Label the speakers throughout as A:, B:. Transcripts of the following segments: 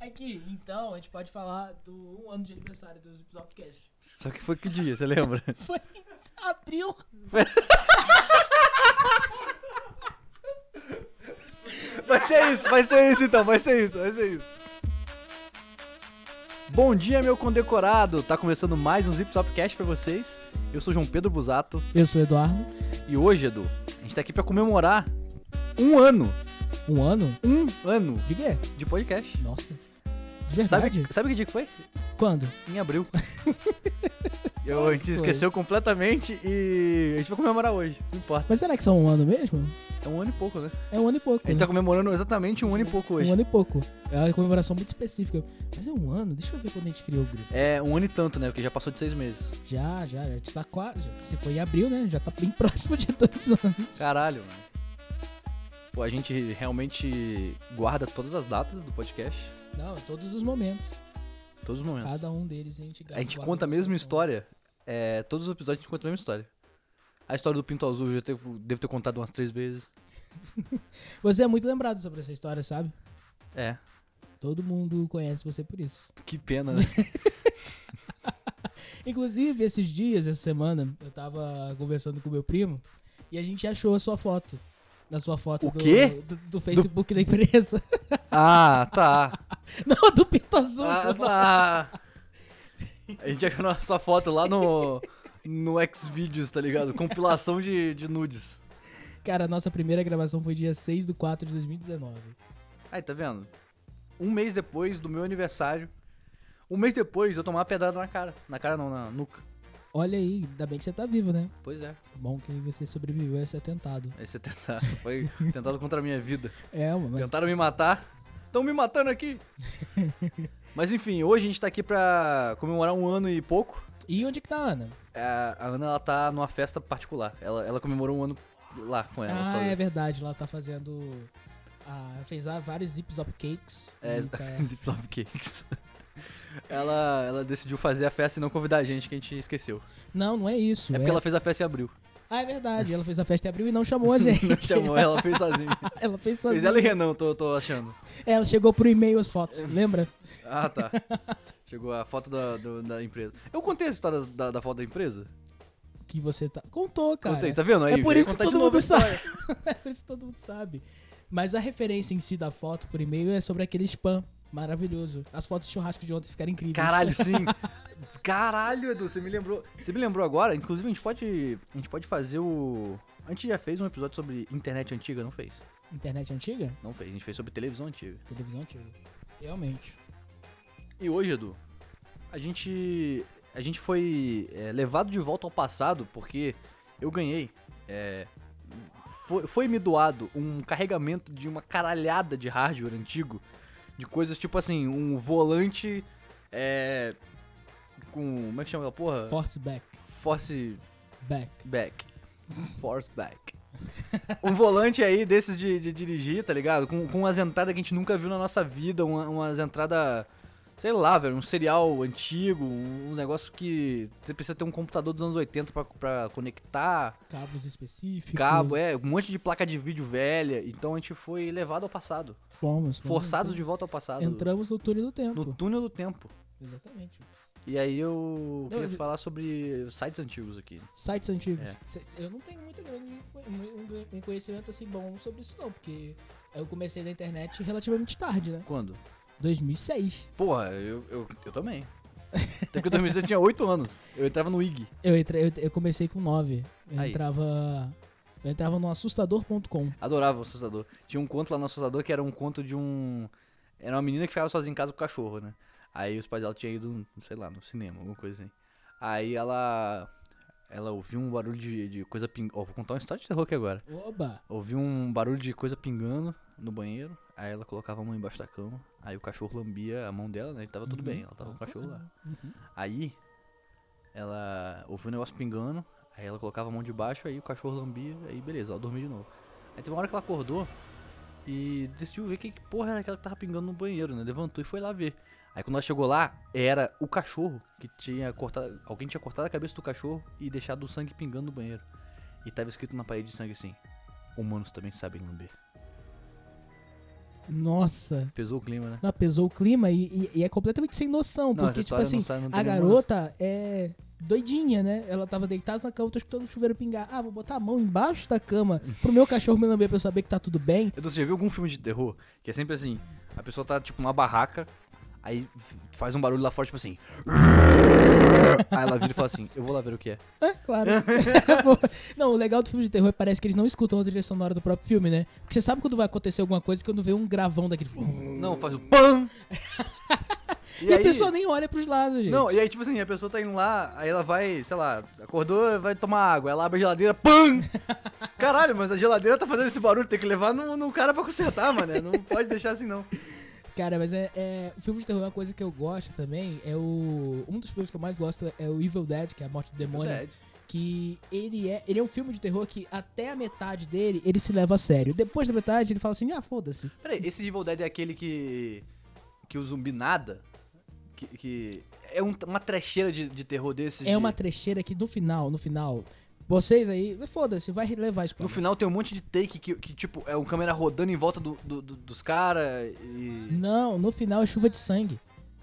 A: Aqui, então, a gente pode falar do um ano de aniversário dos episódios cast.
B: Só que foi que dia, você lembra?
A: Foi em abril.
B: Vai ser isso, vai ser isso então, vai ser isso, vai ser isso. Bom dia, meu condecorado! Tá começando mais um Zip Zopcast pra vocês. Eu sou João Pedro Busato
A: Eu sou o Eduardo.
B: e hoje, Edu, a gente tá aqui pra comemorar um ano,
A: Um ano?
B: um ano
A: De quê?
B: de podcast.
A: Nossa. De verdade?
B: Sabe, sabe que dia que foi?
A: Quando?
B: Em abril. Eu, a gente
A: Foi.
B: esqueceu completamente e a gente vai comemorar hoje, não importa.
A: Mas será que são um ano mesmo?
B: É um ano e pouco, né?
A: É um ano e pouco.
B: A gente tá comemorando exatamente um ano e pouco hoje.
A: Um ano e pouco. É uma comemoração muito específica. Mas é um ano? Deixa eu ver quando a gente criou o grupo.
B: É um ano e tanto, né? Porque já passou de seis meses.
A: Já, já, tá já está quase. Se foi em abril, né? Já tá bem próximo de dois anos.
B: Caralho, mano. Pô, a gente realmente guarda todas as datas do podcast,
A: Não, em todos os momentos.
B: todos os momentos.
A: Cada um deles a gente
B: a gente conta a mesma história. é, todos os episódios a gente conta a mesma história. A história do Pinto Azul eu já teve- devo ter contado umas três vezes.
A: Você é muito lembrado sobre essa história, sabe?
B: É,
A: Todo mundo conhece você por isso.
B: que pena, né?
A: Inclusive, esses dias, essa semana, eu tava conversando com meu primo e a gente achou a sua foto. Na sua foto
B: O
A: do,
B: quê?
A: do, do Facebook da empresa.
B: ah, tá.
A: Não, do Pinto Azul.
B: Ah, tá. A gente achou a sua foto lá no, no Xvideos, tá ligado? Compilação de, de nudes.
A: Cara, a nossa primeira gravação foi dia 6 do 4 de 2019.
B: Aí, tá vendo? Um mês depois do meu aniversário. Um mês depois eu tomar uma pedrada na cara. Na cara não, na nuca.
A: Olha aí, ainda bem que você tá vivo, né?
B: Pois é.
A: Bom que você sobreviveu a esse atentado.
B: Esse atentado foi tentado contra a minha vida.
A: É, mas
B: Tentaram me matar. Estão me matando aqui. Mas enfim, hoje a gente tá aqui pra comemorar um ano e pouco.
A: E onde que tá a Ana?
B: É, A Ana, ela tá numa festa particular. Ela, ela comemorou um ano lá com ela.
A: ah,
B: só.
A: é verdade, ela tá fazendo. Ah, fez ah, vários Zip Zop Cakes.
B: É,
A: E tá-
B: Zip Love Cakes. Ela, ela decidiu fazer a festa e não convidar a gente, que a gente esqueceu.
A: Não, não é isso.
B: É porque ela fez a festa em abril.
A: Ah, é verdade, ela fez a festa em abril e não chamou a gente.
B: Não chamou, ela fez sozinha.
A: Ela fez
B: Fez
A: sozinha.
B: ela e Renan, tô, tô achando.
A: Ela chegou pro e-mail as fotos, lembra?
B: Ah, tá. Chegou a foto da, do- da empresa. Eu contei a história da, da foto da empresa?
A: Que você tá. Contou, cara.
B: contei, tá vendo? Aí,
A: é por
B: eu
A: isso que
B: contei de
A: todo
B: novo a
A: mundo
B: história.
A: sabe. é por isso que todo mundo sabe. Mas a referência em si da foto por e-mail é sobre aquele spam maravilhoso. As fotos de churrasco de ontem ficaram incríveis.
B: Caralho, sim. Caralho, Edu, você me lembrou. Você me lembrou agora? Inclusive, a gente pode, a gente pode fazer o. A gente já fez um episódio sobre internet antiga, não fez?
A: Internet antiga?
B: Não fez, a gente fez sobre televisão antiga.
A: Televisão antiga. Realmente.
B: E hoje, Edu, a gente. A gente foi é, levado de volta ao passado porque eu ganhei. é, foi, foi me doado um carregamento de uma caralhada de hardware antigo. De coisas tipo assim, um volante. É. Com. Como é que chama aquela porra?
A: Force back.
B: Force
A: Back.
B: back. Force back. Um volante aí desses de, de dirigir, tá ligado? Com, com umas entradas que a gente nunca viu na nossa vida, uma, umas entradas, sei lá, velho, um serial antigo, um, um negócio que você precisa ter um computador dos anos 80 pra, pra conectar,
A: Cabos específicos.
B: cabo, é, um monte de placa de vídeo velha. Então a gente foi levado ao passado,
A: Fomos. fomos.
B: forçados de volta ao passado,
A: Entramos no túnel do tempo.
B: no túnel do tempo.
A: Exatamente.
B: E aí eu queria
A: eu-
B: falar sobre sites antigos aqui.
A: Sites antigos.
B: É.
A: Cê- Eu não tenho muito grande um- um conhecimento assim bom sobre isso não, porque eu comecei na internet relativamente tarde, né?
B: Quando?
A: 2006.
B: Porra, eu, eu, eu também. Até porque em 2006 eu tinha 8 anos. Eu entrava no IG.
A: Eu, entrei, eu, eu comecei com 9. Eu
B: Aí.
A: entrava eu entrava no assustador.com.
B: Adorava o assustador. Tinha um conto lá no assustador que era um conto de um. Era uma menina que ficava sozinha em casa com o cachorro, né? Aí os pais dela tinham ido, sei lá, no cinema, alguma coisa assim. Aí ela. Ela ouviu um barulho de, de coisa pingando. vou contar uma história de terror aqui agora.
A: Oba!
B: Ouviu um barulho de coisa pingando no banheiro. Aí ela colocava a mão embaixo da cama. Aí o cachorro lambia a mão dela, né? E tava tudo
A: Uhum.
B: bem. Ela tava com o cachorro lá.
A: Uhum.
B: Aí ela ouviu o negócio pingando, aí ela colocava a mão debaixo, aí o cachorro lambia, aí beleza, ela dormia de novo. Aí teve uma hora que ela acordou e decidiu ver que, que porra era aquela que tava pingando no banheiro, né? Levantou e foi lá ver. Aí quando ela chegou lá, era o cachorro que tinha cortado. Alguém tinha cortado a cabeça do cachorro e deixado o sangue pingando no banheiro. E tava escrito na parede de sangue assim: Humanos também sabem lamber.
A: Nossa.
B: Pesou o clima, né?
A: Não, pesou o clima e, e- e é completamente sem noção.
B: Não, essa
A: porque, tipo
B: história
A: assim,
B: não sai- não tem
A: a
B: nenhuma
A: garota é doidinha, né? Ela tava deitada na cama, tô escutando o chuveiro pingar. Ah, vou botar a mão embaixo da cama pro meu cachorro me lamber pra eu saber que tá tudo bem.
B: Edu, você assim, já viu algum filme de terror? Que é sempre assim, a pessoa tá, tipo, numa barraca, aí f- faz um barulho lá fora, tipo assim. aí ela vira e fala assim, eu vou lá ver o que é.
A: É, claro. não, o legal do filme de terror é que parece que eles não escutam a trilha sonora do próprio filme, né? Porque você sabe quando vai acontecer alguma coisa quando vê um gravão daquele filme.
B: Não, faz o PAM!
A: E, a pessoa nem olha pros lados, gente.
B: Não, e aí, tipo assim, a pessoa tá indo lá, aí ela vai, sei lá, acordou, vai tomar água, ela abre a geladeira, PAM! Caralho, mas a geladeira tá fazendo esse barulho, tem que levar no, no cara pra consertar, mano. Não pode deixar assim, não.
A: Cara, mas é, é. Filme de terror é uma coisa que eu gosto também. É o. Um dos filmes que eu mais gosto é o Evil Dead, que é a morte do demônio.
B: Verdade.
A: que ele é, ele é um filme de terror que até a metade dele ele se leva a sério. Depois da metade ele fala assim: "Ah, foda-se".
B: Peraí, esse Evil Dead é aquele que. que o zumbi nada? Que. que é um- uma trecheira de, de terror desses.
A: É
B: de-
A: uma trecheira que no final, no final, vocês aí, foda-se, vai levar isso pra
B: No
A: mim.
B: final tem um monte de take que, que tipo, é um câmera rodando em volta do- do- do- dos caras e.
A: Não, no final é chuva de sangue.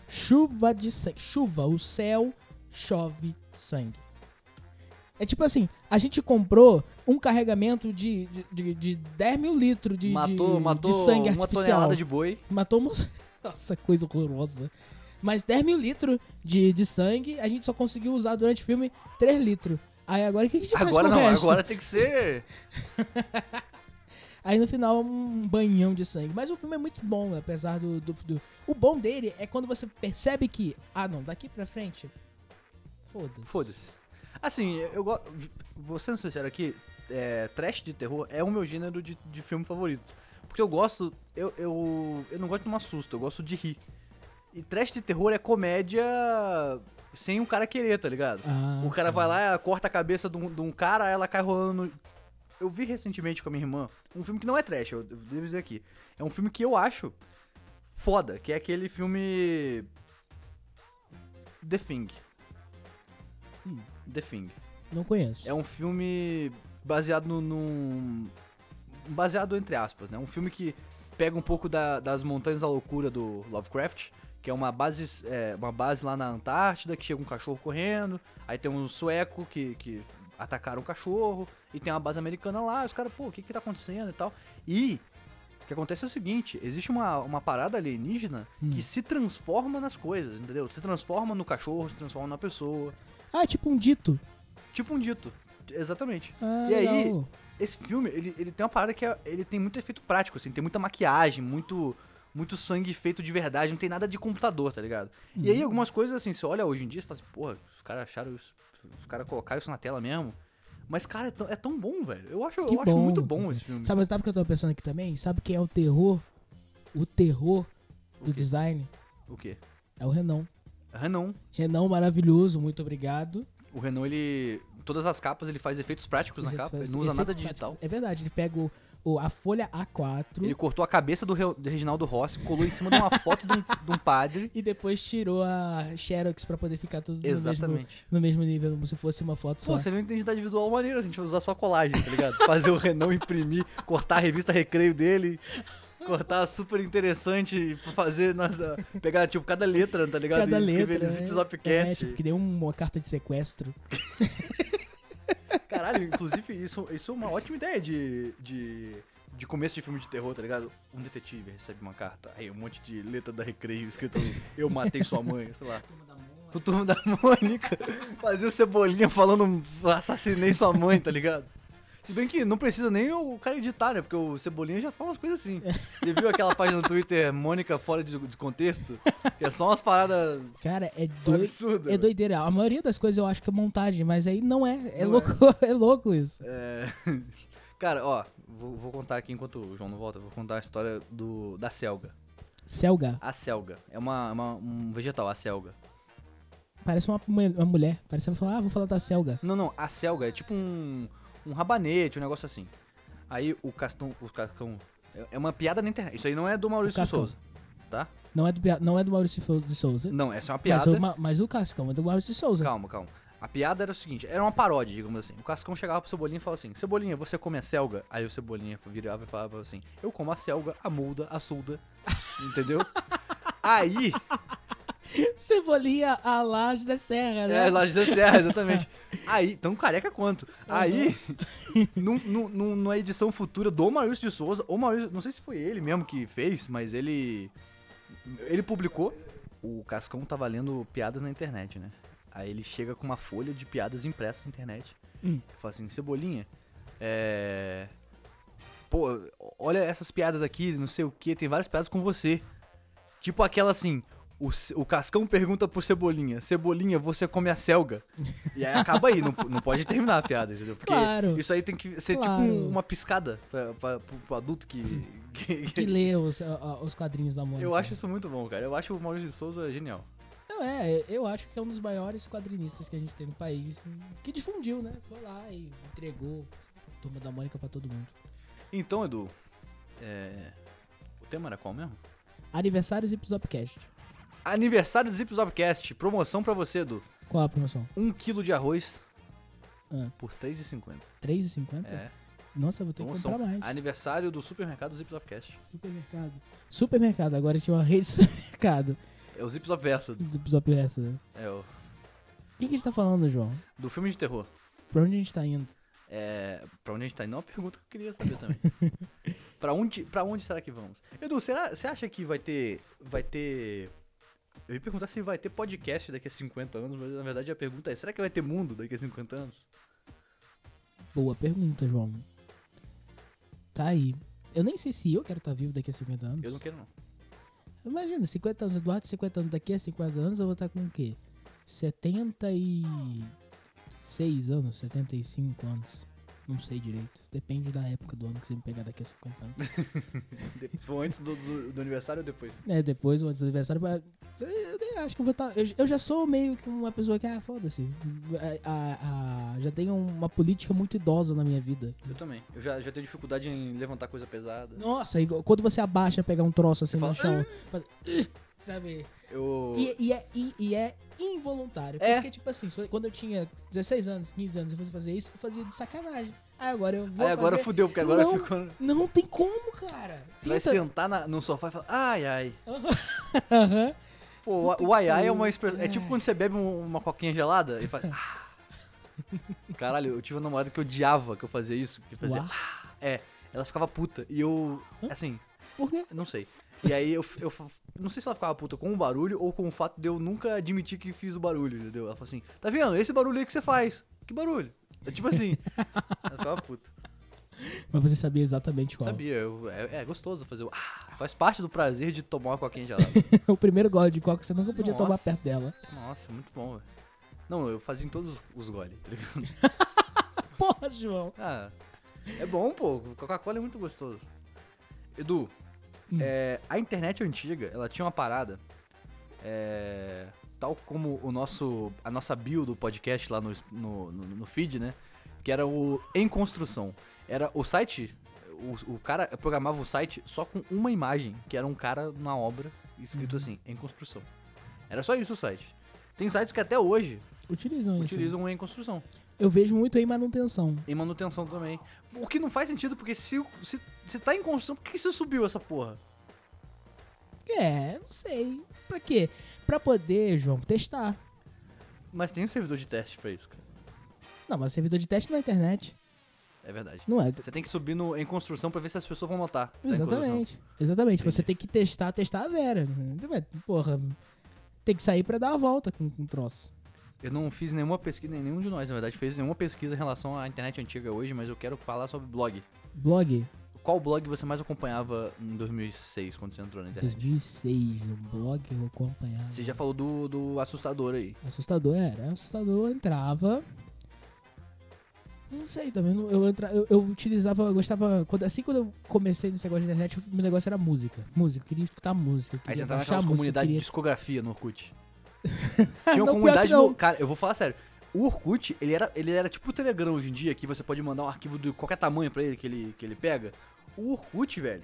A: Chuva de sangue. Chuva, o céu chove sangue. É tipo assim, a gente comprou um carregamento de, de, de, de 10 mil litros de, de-
B: matou
A: de
B: matou
A: sangue
B: uma
A: artificial.
B: tonelada de boi.
A: Matou uma. Nossa, coisa horrorosa. Mas 10 mil litros de, de sangue, a gente só conseguiu usar durante o filme 3 litros. Aí agora o que que a gente faz com
B: Agora
A: o
B: não,
A: Tipo, resto?
B: agora tem que ser.
A: Aí no final um banhão de sangue. Mas o filme é muito bom, apesar do, do, do- O bom dele é quando você percebe que. Ah não, daqui pra frente. Foda-se.
B: Foda-se. Assim, eu gosto. Vou sendo sincero aqui, é, trash de terror é o meu gênero de, de filme favorito. Porque eu gosto. Eu, eu, eu não gosto de um assusto, eu gosto de rir. E trash de terror é comédia sem o cara querer, tá ligado?
A: Ah,
B: o cara
A: sim.
B: vai lá, ela corta a cabeça de um, de um cara, ela cai rolando. no- Eu vi recentemente com a minha irmã um filme que não é trash, eu devo dizer aqui. É um filme que eu acho foda, que é aquele filme. The Thing.
A: Hum.
B: The Thing.
A: Não conheço.
B: É um filme baseado no- num. Baseado entre aspas, né? Um filme que pega um pouco da- das montanhas da loucura do Lovecraft, que é uma base, é, uma base lá na Antártida, que chega um cachorro correndo, aí tem um sueco que, que atacaram o cachorro, e tem uma base americana lá, os caras, pô, o que que tá acontecendo e tal. E o que acontece é o seguinte, existe uma, uma parada alienígena que se transforma nas coisas, entendeu? Se transforma no cachorro, se transforma na pessoa.
A: Ah, é tipo um dito.
B: Tipo um dito. Exatamente.
A: Ah,
B: E aí,
A: legal.
B: Esse filme, ele, ele tem uma parada que é- ele tem muito efeito prático, assim, tem muita maquiagem, muito muito sangue feito de verdade, não tem nada de computador, tá ligado? E
A: Uhum.
B: aí algumas coisas assim, você olha hoje em dia e fala assim, porra, os caras acharam isso, os caras colocaram isso na tela mesmo. Mas, cara, é tão, é tão bom, velho. Eu acho,
A: Que
B: eu acho
A: bom.
B: muito bom esse filme.
A: Sabe, sabe o que eu tava pensando aqui também? Sabe quem é o terror? O terror do design
B: O quê?
A: é o Renan.
B: Renan.
A: Renan maravilhoso, muito obrigado.
B: O Renan, ele. Todas as capas ele faz efeitos práticos na
A: Efeitos
B: capa, ele
A: práticos-
B: não usa nada
A: efeitos
B: digital.
A: práticos. É verdade, ele pega o, o- a folha A4
B: Ele cortou a cabeça do, Re- do Reginaldo Rossi, colou em cima de uma foto de um, de um padre.
A: e depois tirou a Xerox pra poder ficar tudo no mesmo,
B: Exatamente.
A: no mesmo nível, como se fosse uma foto só.
B: Pô, seria uma identidade visual maneira, a gente vai usar só colagem, tá ligado? Fazer o Renan imprimir, cortar a revista Recreio dele, cortar a super interessante, pra fazer nossa. Pegar, tipo, cada letra, tá ligado?
A: Cada
B: e
A: letra,
B: escrever esse
A: né? É,
B: Zopcast.
A: tipo, que deu uma carta de sequestro.
B: Caralho, inclusive, isso, isso é uma ótima ideia de, de, de começo de filme de terror, tá ligado? Um detetive recebe uma carta, aí um monte de letra da Recreio escrito Eu matei sua mãe, sei lá. O turno da Mônica fazia o Cebolinha falando assassinei sua mãe, tá ligado? Se bem que não precisa nem o cara editar, né? Porque o Cebolinha já fala umas coisas assim. Você viu aquela página no Twitter, Mônica fora de, de contexto? Que é só umas paradas
A: Cara, é doido.
B: absurdas.
A: É doideira. A maioria das coisas eu acho que é montagem, mas aí não é. É,
B: Não
A: louco, é. louco isso.
B: É... Cara, ó, vou, vou contar aqui enquanto o João não volta, vou contar a história do, da selga.
A: Selga.
B: A selga é uma, uma- um vegetal, a selga.
A: Parece uma, mu- uma mulher. Parece ela falar, ah, vou falar da Selga.
B: Não, não, a selga é tipo um, um rabanete, um negócio assim. Aí o castão, o cascão, é- é uma piada na internet. Isso aí não é do Maurício
A: cascão.
B: Souza, tá?
A: Não é do, Bia- não é do Maurício Fou- de Souza.
B: Não, essa é uma
A: Mas
B: piada.
A: o, Ma- mas o Cascão é do Maurício de Souza.
B: Calma, calma. A piada era o seguinte, era uma paródia, digamos assim. O Cascão chegava pro Cebolinha e falava assim, Cebolinha, você come a selga? Aí o Cebolinha virava e falava assim, eu como a selga, a mulda, a sulda, entendeu? Aí,
A: Cebolinha a lá José Serra, né?
B: é, Laje da Serra, exatamente. Aí, tão careca quanto. Aí, num, num- num- numa edição futura do Maurício de Souza, ou Maurício, não sei se foi ele mesmo que fez, mas ele ele publicou. O Cascão tava lendo piadas na internet, né? Aí ele chega com uma folha de piadas impressas na internet.
A: Hum.
B: E fala assim, Cebolinha, é... Pô, olha essas piadas aqui, não sei o que, tem várias piadas com você. Tipo aquela assim, o, Ce- o Cascão pergunta pro Cebolinha, Cebolinha, você come a selga? E aí acaba aí, não, não pode terminar a piada, entendeu? Porque
A: Claro.
B: isso aí tem que ser
A: Claro.
B: tipo um- uma piscada pra, pra- pro, pro adulto que... que-
A: Que lê os, a- a- os quadrinhos então. da Mônica.
B: Eu acho isso muito bom, cara. Eu acho o Maurício de Souza genial.
A: Não, é, eu acho que é um dos maiores quadrinistas que a gente tem no país. Que difundiu, né? Foi lá e entregou a turma da Mônica pra todo mundo.
B: Então, Edu, é... o tema era qual mesmo?
A: Aniversários e Zopcast.
B: Aniversário do Zip Zopcast, promoção pra você, Edu.
A: Qual a promoção?
B: 1 kg um de arroz
A: Ah,
B: por R$3,50.
A: R$3,50?
B: É,
A: Nossa, eu vou ter que Então,
B: promoção.
A: comprar
B: Ah.
A: mais.
B: Aniversário do supermercado Zip Zopcast.
A: Supermercado. Supermercado, agora tinha uma rede de supermercado.
B: É o Zip Zop Verso, Edu.
A: do Zop Verso, né?
B: É o...
A: O que, que a gente tá falando, João?
B: Do filme de terror.
A: Pra onde a gente tá indo?
B: É... Pra onde a gente tá indo é uma pergunta que eu queria saber também. pra, onde, pra onde será que vamos? Edu, será, você acha que vai ter... Vai ter... Eu ia perguntar se vai ter podcast daqui a 50 anos, mas na verdade a pergunta é, será que vai ter mundo daqui a 50 anos?
A: Boa pergunta, João. Tá aí. Eu nem sei se eu quero estar vivo daqui a 50 anos.
B: Eu não quero não.
A: Imagina, 50 anos, Eduardo, 50 anos daqui a 50 anos, eu vou estar com o quê? 76 anos, 75 anos. Não sei direito. Depende da época do ano que você me pegar daqui a 50 anos.
B: De- Foi antes do, do, do aniversário ou depois?
A: É, depois, antes do aniversário, mas eu nem acho que eu vou estar. Eu, eu já sou meio que uma pessoa que, ah, foda-se. É, A- a- a- já tenho uma política muito idosa na minha vida.
B: Eu também. Eu já, já tenho dificuldade em levantar coisa pesada.
A: Nossa, igual- quando você abaixa pegar um troço assim
B: Você
A: no
B: fala, "Ah!"
A: chão, faz- sabe?
B: Eu.
A: E, e é, e, e é involuntário.
B: Tipo, É.
A: Porque, tipo assim, se- quando eu tinha 16 anos, 15 anos, eu fosse fazer isso, eu fazia de sacanagem. Aí agora eu vou.
B: Aí agora
A: fazer...
B: fudeu, porque agora
A: Não.
B: ficou.
A: Não tem como, cara.
B: Você vai
A: Tenta-
B: sentar na- no sofá e falar, ai ai.
A: Aham.
B: Pô, o- o ai ai é uma expressão. É tipo quando você bebe um- uma coquinha gelada e faz. "Ah". Caralho, eu tive uma namorada que odiava que eu fazia isso. Que fazia.
A: Uau.
B: "Ah". É, ela ficava puta. E eu. Assim,
A: Por quê?
B: não sei. E aí eu, eu. Não sei se ela ficava puta com o barulho ou com o fato de eu nunca admitir que fiz o barulho, entendeu? Ela falou assim: tá vendo? Esse barulho aí que você faz. Que barulho? É tipo assim. ela ficava puta.
A: Mas você sabia exatamente qual.
B: Sabia, eu- é, é gostoso fazer o. Ah, faz parte do prazer de tomar uma coquinha gelada.
A: o primeiro gole de coca você nunca podia tomar
B: Nossa.
A: perto dela.
B: Nossa, muito bom, velho. Não, eu fazia em todos os gole. tá ligado?
A: Porra, João.
B: Ah, é bom, pô. Coca-Cola é muito gostoso. Edu, é, a internet antiga, ela tinha uma parada. é, tal como o nosso, a nossa bio do podcast lá no, no, no- no feed, né? Que era o Em Construção. Era o site. O, o cara programava o site só com uma imagem, que era um cara numa obra escrito assim, em construção. Era só isso o site. Tem sites que até hoje
A: Utilizam isso.
B: utilizam o em construção
A: Eu vejo muito em manutenção.
B: em manutenção também. O que não faz sentido, porque se, se, se tá em construção, por que, que você subiu essa porra?
A: É, não sei. Pra quê? Pra poder, João, testar.
B: Mas tem um servidor de teste pra isso, cara.
A: Não, mas o servidor de teste na internet.
B: É verdade.
A: Não é.
B: Você tem que subir no, em construção pra ver se as pessoas vão notar. tá em construção.
A: Exatamente. Exatamente.
B: Entendi.
A: Você tem que testar, testar a Vera. Vai, Porra. Tem que sair pra dar a volta com com o troço.
B: Eu não fiz nenhuma pesquisa, nem nenhum de nós, na verdade, fez nenhuma pesquisa em relação à internet antiga hoje, mas eu quero falar sobre blog.
A: Blog
B: Qual blog você mais acompanhava em 2006, quando você entrou na internet?
A: 2006, no um blog eu acompanhava.
B: Você já falou do, do assustador aí.
A: Assustador é, era, assustador entrava. Não sei também, não- eu, entra, eu, eu utilizava, eu gostava. quando- assim quando eu comecei nesse negócio de internet, o meu negócio era música. Música, eu queria escutar música. eu
B: Aí
A: queria
B: você entrava
A: baixar
B: naquelas
A: música, eu
B: comunidades de
A: queria-
B: discografia no Orkut. Tinha
A: Não, pior
B: uma
A: que
B: comunidade
A: não.
B: no. Cara, eu vou falar sério. O Orkut, ele era, ele era tipo o Telegram hoje em dia, que você pode mandar um arquivo de qualquer tamanho pra ele que ele, que ele pega. O Orkut, velho,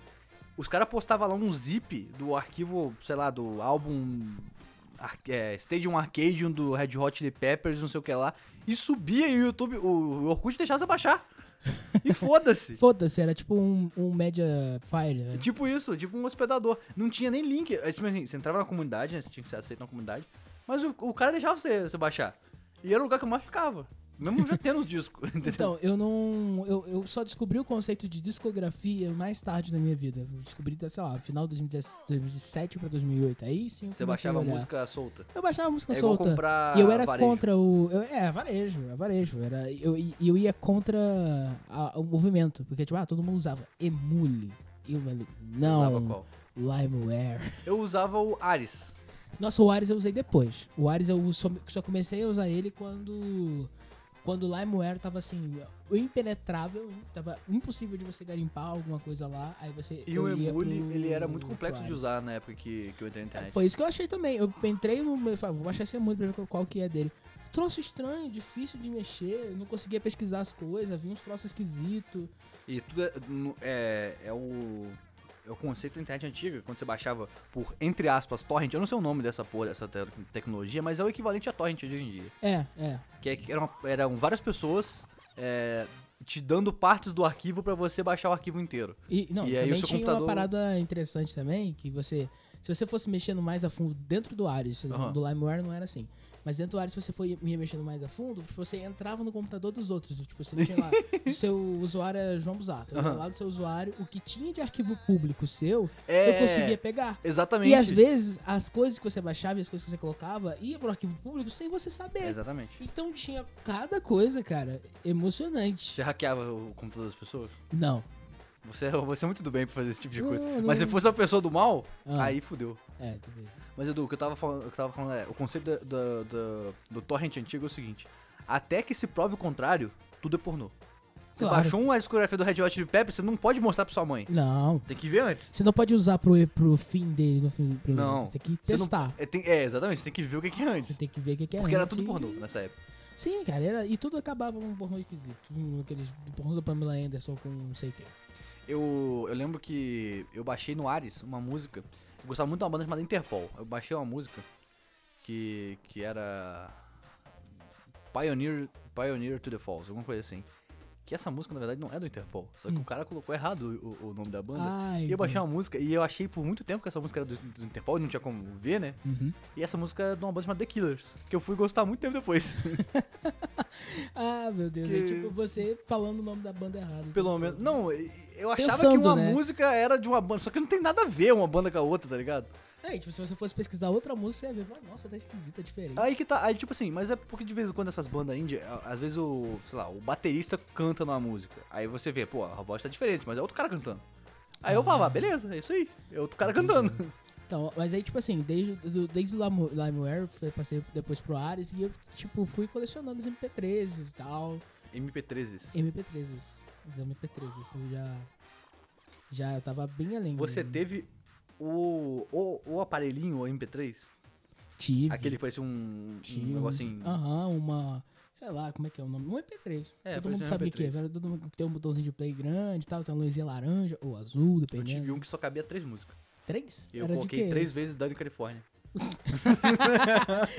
B: os caras postavam lá um zip do arquivo, sei lá, do álbum ar- é, Stadium Arcadium do Red Hot Chili Peppers, não sei o que lá, e subia e o YouTube, o, o Orkut deixava você baixar. E foda-se.
A: Foda-se, era tipo um, um Media Fire, né?
B: Tipo isso, tipo um hospedador. Não tinha nem link. É, tipo assim, você entrava na comunidade, né? Você tinha que ser aceito na comunidade. Mas o, o cara deixava você, você baixar. E era o lugar que eu mais ficava. Mesmo já tendo os discos, entendeu?
A: Então, eu não. Eu, eu só descobri o conceito de discografia mais tarde na minha vida. Eu descobri, sei lá, final de 2017 pra 2008. Aí sim. eu comecei
B: você baixava
A: a
B: a
A: olhar.
B: música solta.
A: Eu baixava a assim, música
B: É igual
A: solta.
B: comprar
A: E eu era
B: varejo.
A: contra o. eu- é, varejo, é varejo. Era, eu, e eu ia contra a- o movimento. Porque, tipo, ah, todo mundo usava Emule. E eu falei,
B: Usava
A: não,
B: qual?
A: LimeWare.
B: Eu usava o Ares.
A: Nossa, o Ares eu usei depois. O Ares eu só, só comecei a usar ele quando. Quando o LimeWare tava assim, impenetrável, tava impossível de você garimpar alguma coisa lá. Aí você.
B: E
A: eu
B: o
A: ia
B: Emule,
A: pro-
B: ele era muito
A: pro
B: complexo de
A: Ares. É,
B: usar né? na época que, que eu entrei na internet.
A: Foi isso que eu achei também. Eu entrei no. Eu falei, "Ah, vou baixar esse muito pra ver qual- qual que é dele. Troço estranho, difícil de mexer, eu não conseguia pesquisar as coisas, vi uns troços esquisitos.
B: E tudo é, no- é, é o. É o conceito da internet antiga, quando você baixava por, entre aspas, torrent. Eu não sei o nome dessa porra, dessa te- tecnologia, mas é o equivalente a torrent de hoje em dia.
A: É, é.
B: Que, é que eram, eram várias pessoas é, te dando partes do arquivo pra você baixar o arquivo inteiro.
A: E, não,
B: E aí o
A: também
B: seu
A: tinha uma
B: computador-
A: parada interessante também, que você. Se você fosse mexendo mais a fundo dentro do Ares,
B: Aham.
A: do LimeWare não era assim. Mas dentro do Ares, se você foi, ia mexendo mais a fundo, tipo, você entrava no computador dos outros. Tipo, você tinha lá, o seu usuário é João Busato.
B: Aham.
A: Lá do seu usuário, o que tinha de arquivo público seu,
B: É,
A: eu conseguia pegar.
B: exatamente.
A: E às vezes as coisas que você baixava e as coisas que você colocava ia pro arquivo público sem você saber.
B: Exatamente.
A: Então tinha cada coisa, cara, emocionante.
B: Você hackeava o computador das pessoas?
A: Não.
B: Você, você é muito do bem pra fazer esse tipo de coisa.
A: Não,
B: Mas
A: não.
B: se fosse uma pessoa do mal,
A: Ah.
B: aí fudeu.
A: É, tá vendo?
B: Mas Edu, o que eu tava falando, o que eu tava falando é, o conceito da- da- da- do torrent antigo é o seguinte, até que se prove o contrário, tudo é pornô. Você
A: Claro.
B: baixou uma discografia do Red Hot Chili Peppers, você não pode mostrar pra sua mãe.
A: Não.
B: Tem que ver antes.
A: Você não pode usar pro, pro fim dele, no fim pro
B: Não.
A: Você tem que
B: Você não-
A: testar.
B: É, tem- é, exatamente, você tem que ver o que que é
A: Você
B: antes.
A: tem que ver o que, que é
B: Porque era
A: antes
B: tudo
A: e-
B: pornô nessa época.
A: Sim, cara, era, e tudo acabava com um pornô esquisito. Um, aqueles pornô da Pamela Anderson com não sei o que.
B: Eu, eu lembro que eu baixei no Ares uma música. Eu gostava muito de uma banda chamada Interpol. Eu baixei uma música que, que era. Pioneer, Pioneer to the Falls, alguma coisa assim. Que essa música na verdade não é do Interpol. Só que
A: Hum. Ah,
B: o cara colocou errado o, o nome da banda.
A: Ai,
B: e eu baixei uma música e eu achei por muito tempo que essa música era do, do Interpol e não tinha como ver, né?
A: Uhum.
B: E essa música é de uma banda chamada The Killers, que eu fui gostar muito tempo depois.
A: Ah, meu Deus. É
B: Que-
A: tipo você falando o nome da banda errado.
B: Pelo menos. Não, eu achava que
A: Pensando,
B: uma
A: né?
B: música era de uma banda, só que não tem nada a ver uma banda com a outra, tá ligado?
A: É, tipo, se você fosse pesquisar outra música, você ia ver, nossa, tá esquisita, diferente.
B: Aí que tá, aí tipo assim, mas é porque de vez em quando essas bandas indie, a- às vezes o, sei lá, o baterista canta numa música. Aí você vê, pô, a voz tá diferente, mas é outro cara cantando. Aí eu falava, ah, beleza, é isso aí, é outro cara cantando.
A: Então, mas aí, tipo assim, desde, do, desde o Lime- LimeWare, fui- passei depois pro Ares e eu, tipo, fui colecionando os MP3 e tal.
B: MP13s.
A: MP3, os MP3, eu já. Já eu tava bem além.
B: Você
A: né?
B: teve o, o, o aparelhinho, o MP3?
A: Tive.
B: Aquele que parecia um,
A: tive.
B: um negocinho.
A: Aham, uma. Sei lá, como é que é o nome? Um MP3.
B: É,
A: todo
B: parecia
A: mundo
B: um
A: sabe o que é.
B: MP3.
A: velho, Todo mundo tem um botãozinho de play grande e tal, tem uma luzinha laranja ou azul,
B: Eu
A: dependendo.
B: tive um que só cabia três músicas.
A: Três? né?
B: Eu
A: Era de
B: coloquei
A: quê?
B: três vezes Dani Califórnia.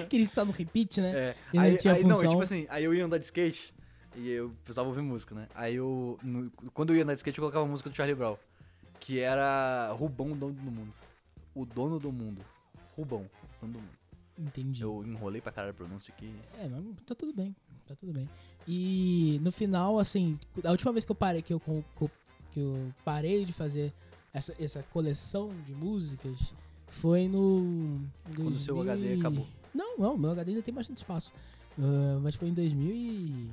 A: Que ele tá no repeat, né?
B: É,
A: Ele
B: aí,
A: não tinha
B: aí não, e
A: função.
B: tipo assim, aí eu ia andar de skate e eu precisava ouvir música, né? Aí eu, no- quando eu ia andar de skate, eu colocava a música do Charlie Brown, que era Rubão, o dono do mundo. O dono do mundo. Rubão, dono do mundo.
A: Entendi.
B: Eu enrolei pra caralho a pronúncia aqui.
A: É, mas tá tudo bem, tá tudo bem. E no final, assim, a última vez que eu parei, que eu, com- co- que eu parei de fazer essa, essa coleção de músicas foi no. em
B: Quando o seu
A: 2000
B: HD acabou.
A: Não, não, meu HD ainda tem bastante espaço. Ah, mas foi em 2000 e.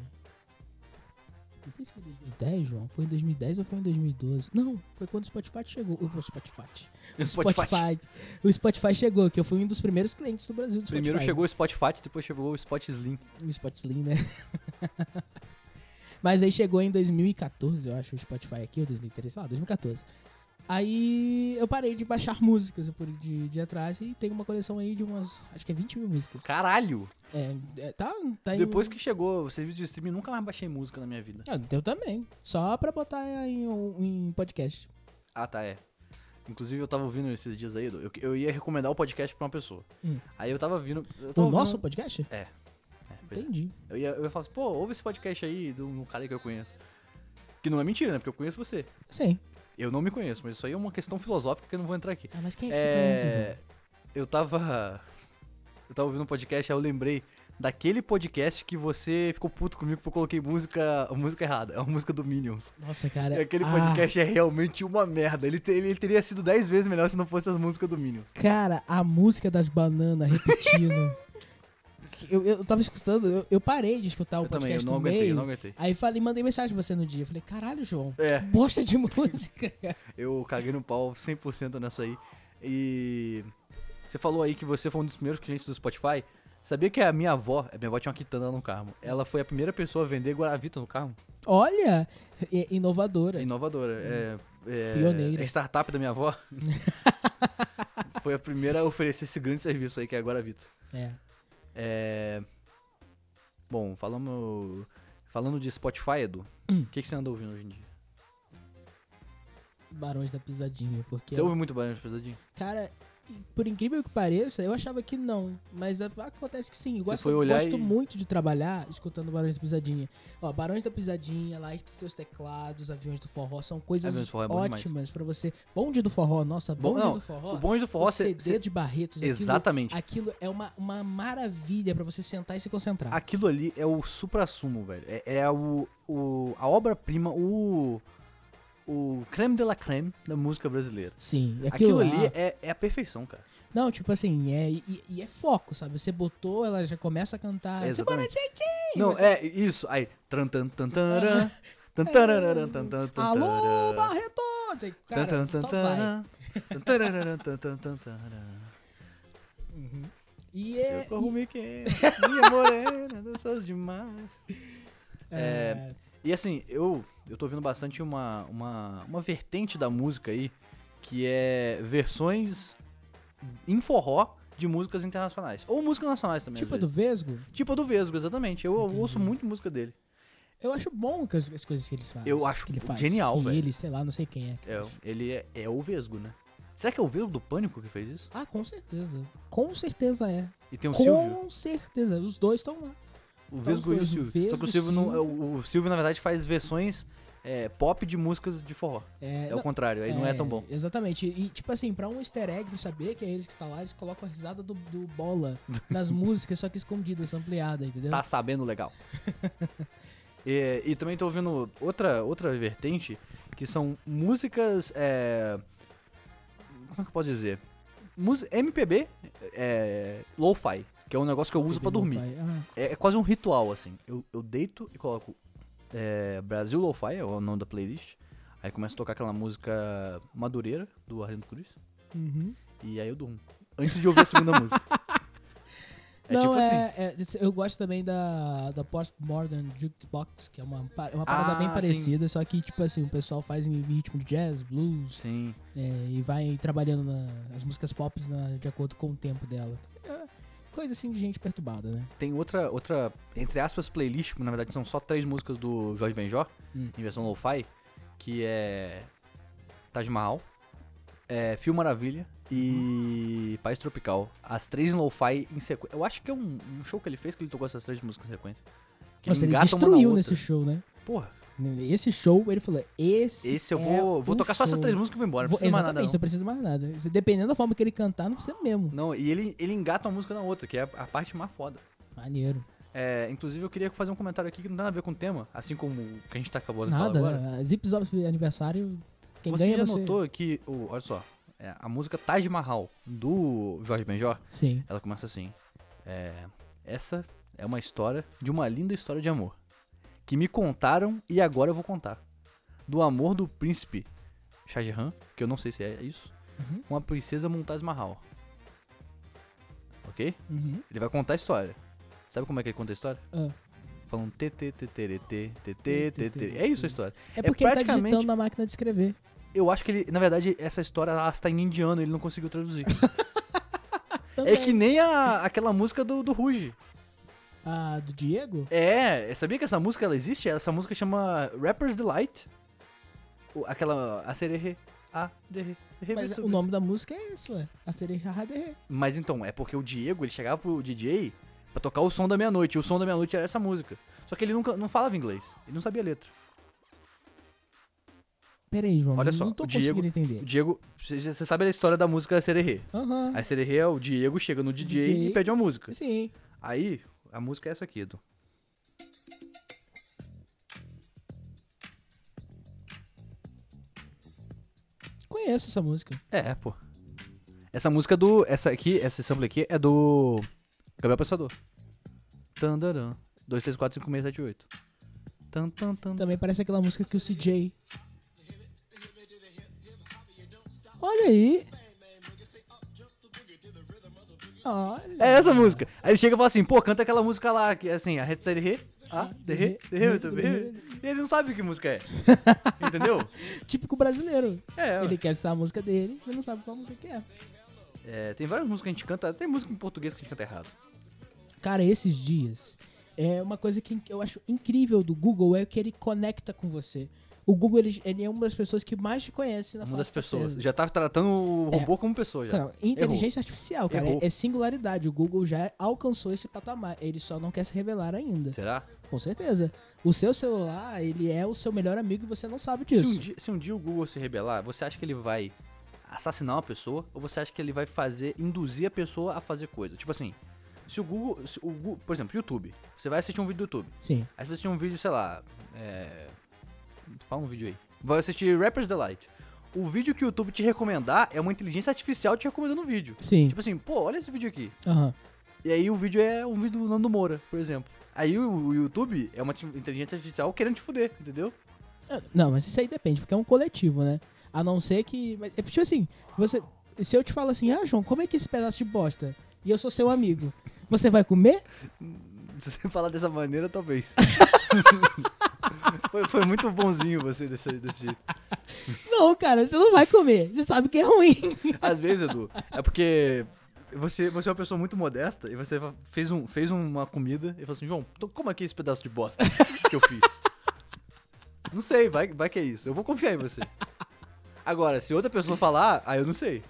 A: Não sei se foi em 2010, João. Foi em 2010 ou foi em 2012? Não, foi quando o Spotify chegou. O Spotify.
B: O
A: O Spotify chegou, que eu fui um dos primeiros clientes do Brasil do Spotify.
B: Primeiro chegou o Spotify, depois chegou o Spot Slim.
A: O Spotify, né? Mas aí chegou em 2014, eu acho, o Spotify aqui, ou 2013, sei lá, 2014. Aí eu parei de baixar músicas por de, de atrás e tem uma coleção aí de umas, acho que é 20 mil músicas.
B: Caralho!
A: É, é, tá, tá em-
B: Depois que chegou o serviço de streaming, nunca mais baixei música na minha vida.
A: então Ah, eu também, só pra botar em, um- em um podcast.
B: Ah, tá, é. Inclusive, eu tava ouvindo esses dias aí, Edu, eu, eu ia recomendar o podcast pra uma pessoa.
A: Hum.
B: Aí eu tava vindo. Eu tava
A: O
B: ouvindo-
A: nosso podcast?
B: É. É, pois é.
A: Entendi.
B: Eu ia, eu ia falar assim, pô, ouve esse podcast aí de um cara que eu conheço. Que não é mentira, né? Porque eu conheço você.
A: Sim.
B: Eu não me conheço, mas isso aí é uma questão filosófica que eu não vou entrar aqui.
A: Ah, mas quem é que você conhece,
B: É,
A: João?
B: eu tava. Eu tava ouvindo um podcast, aí eu lembrei daquele podcast que você ficou puto comigo porque eu coloquei música, música errada. É uma música do Minions.
A: Nossa, cara.
B: E aquele
A: ah,
B: podcast é realmente uma merda. Ele, te- ele teria sido 10 vezes melhor se não fosse as músicas do Minions.
A: Cara, a música das bananas repetindo. Que eu, eu tava escutando, eu, eu parei de escutar Ah, o
B: eu também, eu
A: podcast
B: não
A: no
B: aguentei,
A: meio.
B: eu não aguentei.
A: Aí falei, mandei mensagem pra você no dia. Falei, caralho, João,
B: É.
A: bosta de música.
B: Eu caguei no pau 100% nessa aí. E você falou aí que você foi um dos primeiros clientes do Spotify. Sabia que a minha avó, a minha avó tinha uma quitanda no carro. Ela foi a primeira pessoa a vender Guaravita no carro.
A: Olha, é inovadora.
B: É inovadora. É, é,
A: Pioneira.
B: é startup da minha avó. foi a primeira a oferecer esse grande serviço aí que é a Guaravita.
A: É.
B: É... Bom, falando, falando de Spotify, Edu, o que, que você anda ouvindo hoje em dia?
A: Barões da Pisadinha, porque. é
B: Você ouve muito barulho de pesadinho?
A: Cara, por incrível que pareça, eu achava que não. Mas a- acontece que sim. Eu
B: Você
A: gosto,
B: foi olhar
A: gosto
B: e-
A: muito de trabalhar escutando Barões da Pisadinha. Ó, Barões da Pisadinha, lá entre seus teclados, Aviões do Forró, são coisas
B: Aviões do Forró é bom
A: ótimas pra você. Bonde do Forró, nossa,
B: Bom,
A: Bonde
B: não,
A: do Forró.
B: O bonde do forró,
A: o
B: você-
A: CD
B: você-
A: de Barretos. aquilo-
B: Exatamente.
A: Aquilo, é uma, uma maravilha pra você sentar e se concentrar.
B: Aquilo ali é o supra-sumo, velho. É, é o, o- a obra-prima, o, o creme de la creme da música brasileira.
A: Sim, e aquilo,
B: Aquilo, ali
A: lá-
B: é, é a perfeição, cara.
A: Não, tipo assim, é, e, e é foco, sabe? Você botou, ela já começa a cantar.
B: Exatamente.
A: "Simbora, gente!"
B: Não, é isso. Aí. tan, tan, tan, taran, tan, tararara, tan, tan, tan,
A: Alô,
B: taran.
A: Barretos! Aí,
B: Tan,
A: Cara,
B: tan, tan,
A: só vai.
B: taran, tan, tararara, tan, tan, tan, taran.
A: E é...
B: Eu corro me queima, minha morena, danças demais.
A: é,
B: E assim, eu, eu tô ouvindo bastante uma, uma, uma vertente da música aí, que é versões em forró de músicas internacionais. Ou músicas nacionais também.
A: tipo
B: às
A: do
B: vezes.
A: Vesgo,
B: Tipo a do Vesgo, exatamente. Eu
A: Entendi.
B: ouço muito música dele.
A: eu acho bom que as, as coisas que eles fazem.
B: Eu acho
A: que ele faz.
B: genial,
A: que
B: velho.
A: ele, sei lá, não sei quem é. que
B: É,
A: faz.
B: ele é, é o Vesgo, né? Será que é o Vesgo do Pânico que fez isso?
A: Ah, com certeza. Com certeza é.
B: E tem o Silvio.
A: com certeza. Os dois estão lá.
B: O
A: os
B: Vesgo e o
A: dois, o
B: Silvio. Só que o
A: Vesgo,
B: Silvio, não, é, o, o Silvio, na verdade, faz versões é, pop de músicas de forró. É,
A: não-
B: o contrário, aí não é tão bom.
A: Exatamente. E, tipo assim, pra um easter egg não saber que é eles que tá lá, eles colocam a risada do, do Bola nas músicas, só que escondida, ampliada, entendeu?
B: Tá sabendo legal. e, e também tô ouvindo outra, outra vertente, que são músicas. é, Como é que eu posso dizer? Mus- MPB é, lo-fi, que é um negócio que eu uso pra dormir.
A: Ah,
B: É, é quase um ritual, assim. Eu, eu deito e coloco é, Brasil Lo-Fi, é o nome da playlist. Aí começa a tocar aquela música Madureira, do Arlindo Cruz.
A: uhum.
B: E aí eu durmo. Antes de ouvir a segunda música. É
A: não,
B: tipo assim.
A: é- eu gosto também da, da Postmodern Jukebox, que é uma, pa- é uma parada
B: Ah,
A: bem
B: sim.
A: parecida, só que, tipo assim, o pessoal faz em ritmo de jazz, blues,
B: Sim.
A: é, e vai trabalhando na- as músicas pop na- de acordo com o tempo dela. É coisa assim de gente perturbada, né?
B: Tem outra, outra, entre aspas, playlist, na verdade são só três músicas do Jorge Benjó,
A: Hum.
B: em versão lo-fi, que é Taj Mahal, é Fio Maravilha e
A: Uhum.
B: País Tropical. As três em lo-fi em sequência. Eu acho que é um, um show que ele fez que ele tocou essas três músicas em sequência. Que
A: Nossa, ele
B: engata uma na
A: destruiu
B: outra.
A: nesse show, né?
B: Porra,
A: Esse show, ele falou, esse
B: esse eu
A: é
B: vou, vou
A: o
B: tocar só essas
A: show.
B: três músicas e vou embora, não
A: Vou-
B: precisa mais
A: exatamente,
B: nada não.
A: não precisa mais nada. Se- Dependendo da forma que ele cantar, não precisa mesmo.
B: Não, e ele, ele engata uma música na outra, que é a, a parte mais foda.
A: Maneiro.
B: É, inclusive eu queria fazer um comentário aqui que não tem nada a ver com o tema, assim como o que a gente tá acabando de
A: nada.
B: falar agora.
A: né? Zip Zop aniversário, quem
B: você
A: ganha é
B: já
A: você.
B: notou que, o- olha só, é, a música Taj Mahal do Jorge Benjor,
A: Sim.
B: ela começa assim: é, Essa é uma história de uma linda história de amor que me contaram e agora eu vou contar. Do amor do príncipe Shah Jahan, que eu não sei se é isso,
A: Uhum.
B: com a princesa Mumtaz Mahal. Ok?
A: Uhum.
B: Ele vai contar a história. Sabe como é que ele conta a história?
A: Ah.
B: Falando tê tê tê tê tê tê tê tê tê. É isso a história.
A: É porque ele tá
B: praticamente-
A: digitando na máquina de escrever.
B: Eu acho que ele, na verdade, essa história ela está em indiano, ele não conseguiu traduzir. é que nem a, aquela música do, do Ruge.
A: Ah, do Diego?
B: É, sabia que essa música ela existe? Essa música chama Rapper's Delight. O- Aquela. A sererê. a derre.
A: Mas o nome da música é isso, ué. Asterix Haderê.
B: né? Mas então, é porque o Diego, ele chegava pro DJ pra tocar o som da meia-noite. E o som da meia-noite era essa música. Só que ele nunca não falava inglês. Ele não sabia a letra.
A: Pera aí, João.
B: Olha
A: não
B: só,
A: tô
B: o Diego-
A: conseguindo
B: O
A: entender.
B: Diego, você você sabe a história da música Sererê.
A: Aham.
B: A Sererê é o Diego chega no DJ,
A: DJ.
B: e pede uma música.
A: Sim.
B: Aí, a música é essa aqui, Edu.
A: Conheço essa música.
B: É, pô. Essa música é do. Essa aqui, essa sample aqui é do. Gabriel Pensador. Tandaram. 2, 3, 4, 5, 6, 7, 8. Tan, tan, tan.
A: Também parece aquela música que o CJ. Olha aí. Olha.
B: É essa música. Aí ele chega e fala assim, pô, canta aquela música lá, que é assim, a rede re, a, de re, de re, de re. E ele não sabe que música é. Entendeu?
A: Típico brasileiro.
B: É, ué.
A: Ele quer citar a música dele, mas não sabe qual música que é.
B: É, tem várias músicas que a gente canta, tem música em português que a gente canta errado.
A: Cara, esses dias é uma coisa que eu acho incrível do Google é que ele conecta com você. O Google ele, ele é uma das pessoas que mais te conhece na face
B: Uma das
A: da
B: pessoas.
A: terra.
B: Já tá tratando o robô como pessoa já.
A: Cara, inteligência artificial, cara,
B: Errou.
A: é, é singularidade. O Google já alcançou esse patamar. Ele só não quer se revelar ainda.
B: Será?
A: Com certeza. O seu celular, ele é o seu melhor amigo e você não sabe
B: Se um,
A: disso.
B: dia, se um dia o Google se rebelar, você acha que ele vai assassinar uma pessoa ou você acha que ele vai fazer, induzir a pessoa a fazer coisa? Tipo assim, se o Google, se o Google por exemplo, YouTube. Você vai assistir um vídeo do YouTube.
A: Sim.
B: Aí se você assistir um vídeo, sei lá. É... Fala um vídeo aí. Vai assistir Rapper's Delight. O vídeo que o YouTube te recomendar é uma inteligência artificial te recomendando um vídeo.
A: Sim.
B: Tipo assim, pô, olha esse vídeo aqui.
A: Aham.
B: E aí o vídeo é um vídeo do Nando Moura, por exemplo. Aí o o YouTube é uma ti- inteligência artificial querendo te fuder, entendeu?
A: Não, mas isso aí depende, porque é um coletivo, né? A não ser que. Mas, é tipo assim, você. Se eu te falo assim, ah, João, como é que esse pedaço de bosta? E eu sou seu amigo. Você vai comer?
B: Se você falar dessa maneira, talvez. foi, foi muito bonzinho você desse, desse jeito.
A: Não, cara, você não vai comer. Você sabe que é ruim.
B: Às vezes, Edu, é porque você, você é uma pessoa muito modesta e você fez, um, fez uma comida e falou assim, João, então como é que é esse pedaço de bosta que eu fiz? não sei, vai, vai que é isso. Eu vou confiar em você. Agora, se outra pessoa falar, aí eu não sei.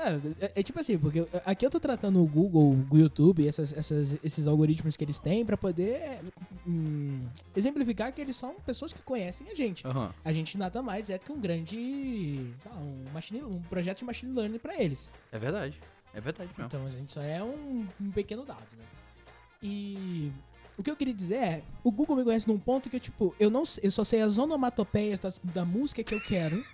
A: É, é- é tipo assim, porque eu- aqui eu tô tratando o Google, o YouTube, essas, essas- esses algoritmos que eles têm pra poder é, hum, exemplificar que eles são pessoas que conhecem a gente.
B: Aham.
A: A gente nada mais é do que um grande. sei lá, um, machine, um projeto de machine learning pra eles.
B: É verdade. É verdade mesmo.
A: Então a gente só é um, um pequeno dado, né? E o que eu queria dizer é, o Google me conhece num ponto que, tipo, eu não sei- eu só sei as onomatopeias das- da música que eu quero.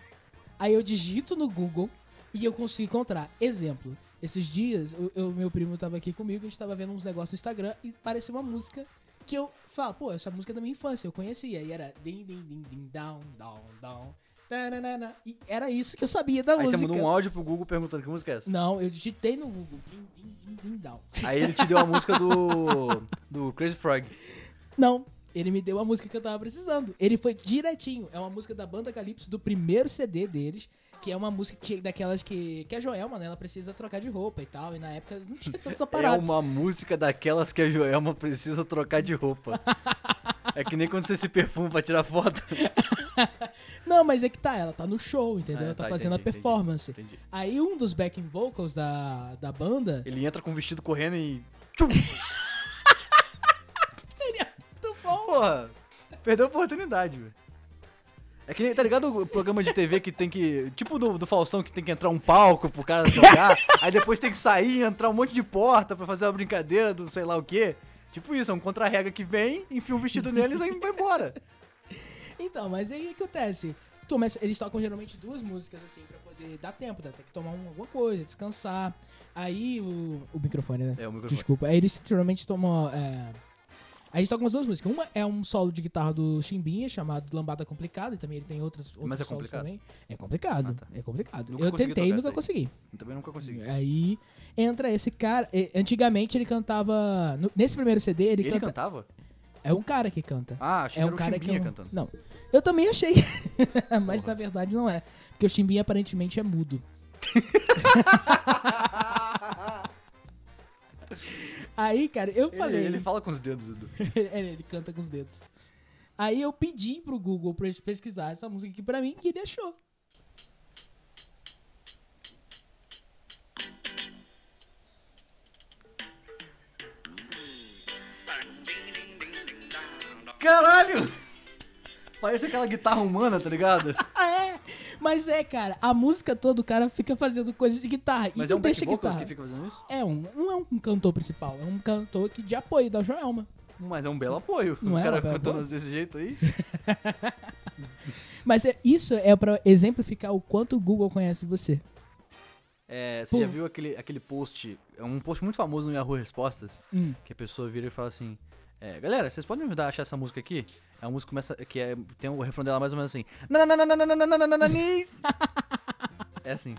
A: aí eu digito no Google e eu consigo encontrar. Exemplo, esses dias, o eu- meu primo tava aqui comigo, a gente tava vendo uns negócios no Instagram e pareceu uma música que eu falo, pô, essa música é da minha infância, eu conhecia. E era din din din din down, down, down. Tananana, e era isso que eu sabia da
B: Aí
A: Então, música.
B: você mandou um áudio pro Google perguntando que música é essa.
A: Não, eu digitei no Google. Din, din, din, din, down.
B: Aí ele te deu a música do. do Crazy Frog.
A: Não, ele me deu a música que eu tava precisando. Ele foi direitinho. É uma música da banda Calypso, do primeiro CD deles, que é uma música que, daquelas que, que a Joelma, né? Ela precisa trocar de roupa e tal. E na época não tinha tantos aparatos.
B: É uma música daquelas que a Joelma precisa trocar de roupa. É que nem quando você se perfuma pra tirar foto.
A: Não, mas é que tá, ela tá no show, entendeu?
B: Ah,
A: ela tá,
B: tá,
A: fazendo
B: entendi,
A: a performance.
B: entendi, entendi.
A: Aí um dos backing vocals da, da banda.
B: Ele entra com o vestido correndo e.
A: Seria é muito bom.
B: Porra! Perdeu a oportunidade, velho. É que nem, tá ligado o programa de TV que tem que. Tipo do, do Faustão que tem que entrar um palco pro cara jogar, aí depois tem que sair, entrar um monte de porta pra fazer uma brincadeira do sei lá o quê. Tipo isso, é um contra-rega que vem, enfia um vestido neles e vai embora.
A: Então, mas aí o que acontece? Tu começa- eles tocam geralmente duas músicas, assim, pra poder dar tempo, tá? tem que tomar um- alguma coisa, descansar. Aí o, o microfone, né?
B: É, o microfone.
A: Desculpa. Aí eles geralmente tomam. É... Aí eles tocam as duas músicas. Uma é um solo de guitarra do Chimbinha, chamado Lambada Complicada, e também ele tem outras, outros
B: Mas é
A: solos
B: complicado?
A: também. É complicado,
B: Ah, tá.
A: é complicado.
B: Nunca
A: Eu
B: consegui
A: tentei,
B: tocar
A: nunca
B: essa
A: consegui.
B: Eu também nunca consegui.
A: Aí entra esse cara. e- Antigamente ele cantava. no- Nesse primeiro CD, ele,
B: Ele
A: canta.
B: cantava?
A: É um cara que canta
B: Ah,
A: é
B: achei que
A: um
B: era o
A: cara que
B: Chimbinha
A: eu-
B: cantando.
A: Não. Eu também achei. Mas na verdade não é. Porque o Chimbinha aparentemente é mudo. Aí, cara, eu
B: Ele, é
A: falei.
B: ele fala com os dedos, Edu.
A: É, ele canta com os dedos. Aí eu pedi pro Google pra ele pesquisar essa música aqui pra mim e ele achou.
B: Parece aquela guitarra humana, tá ligado?
A: Ah, é? Mas é, cara, a música toda o cara fica fazendo coisas de guitarra.
B: Mas
A: e
B: é
A: não
B: um back
A: deixa a
B: vocals
A: guitarra.
B: que fica fazendo isso?
A: É um, não é um cantor principal, é um cantor que de apoio da Joelma.
B: Mas é um belo apoio.
A: Não
B: o
A: é
B: cara
A: um belo
B: cantando
A: apoio?
B: desse jeito aí.
A: Mas é- isso é pra exemplificar o quanto o Google conhece você.
B: É, você
A: Pô.
B: já viu aquele, aquele post, é um post muito famoso no Yahoo Respostas,
A: Hum.
B: que a pessoa vira e fala assim, é, galera, vocês podem me ajudar a achar essa música aqui? É uma música que começa, que é, tem o refrão dela mais ou menos assim, "Nananananananananananani". É assim.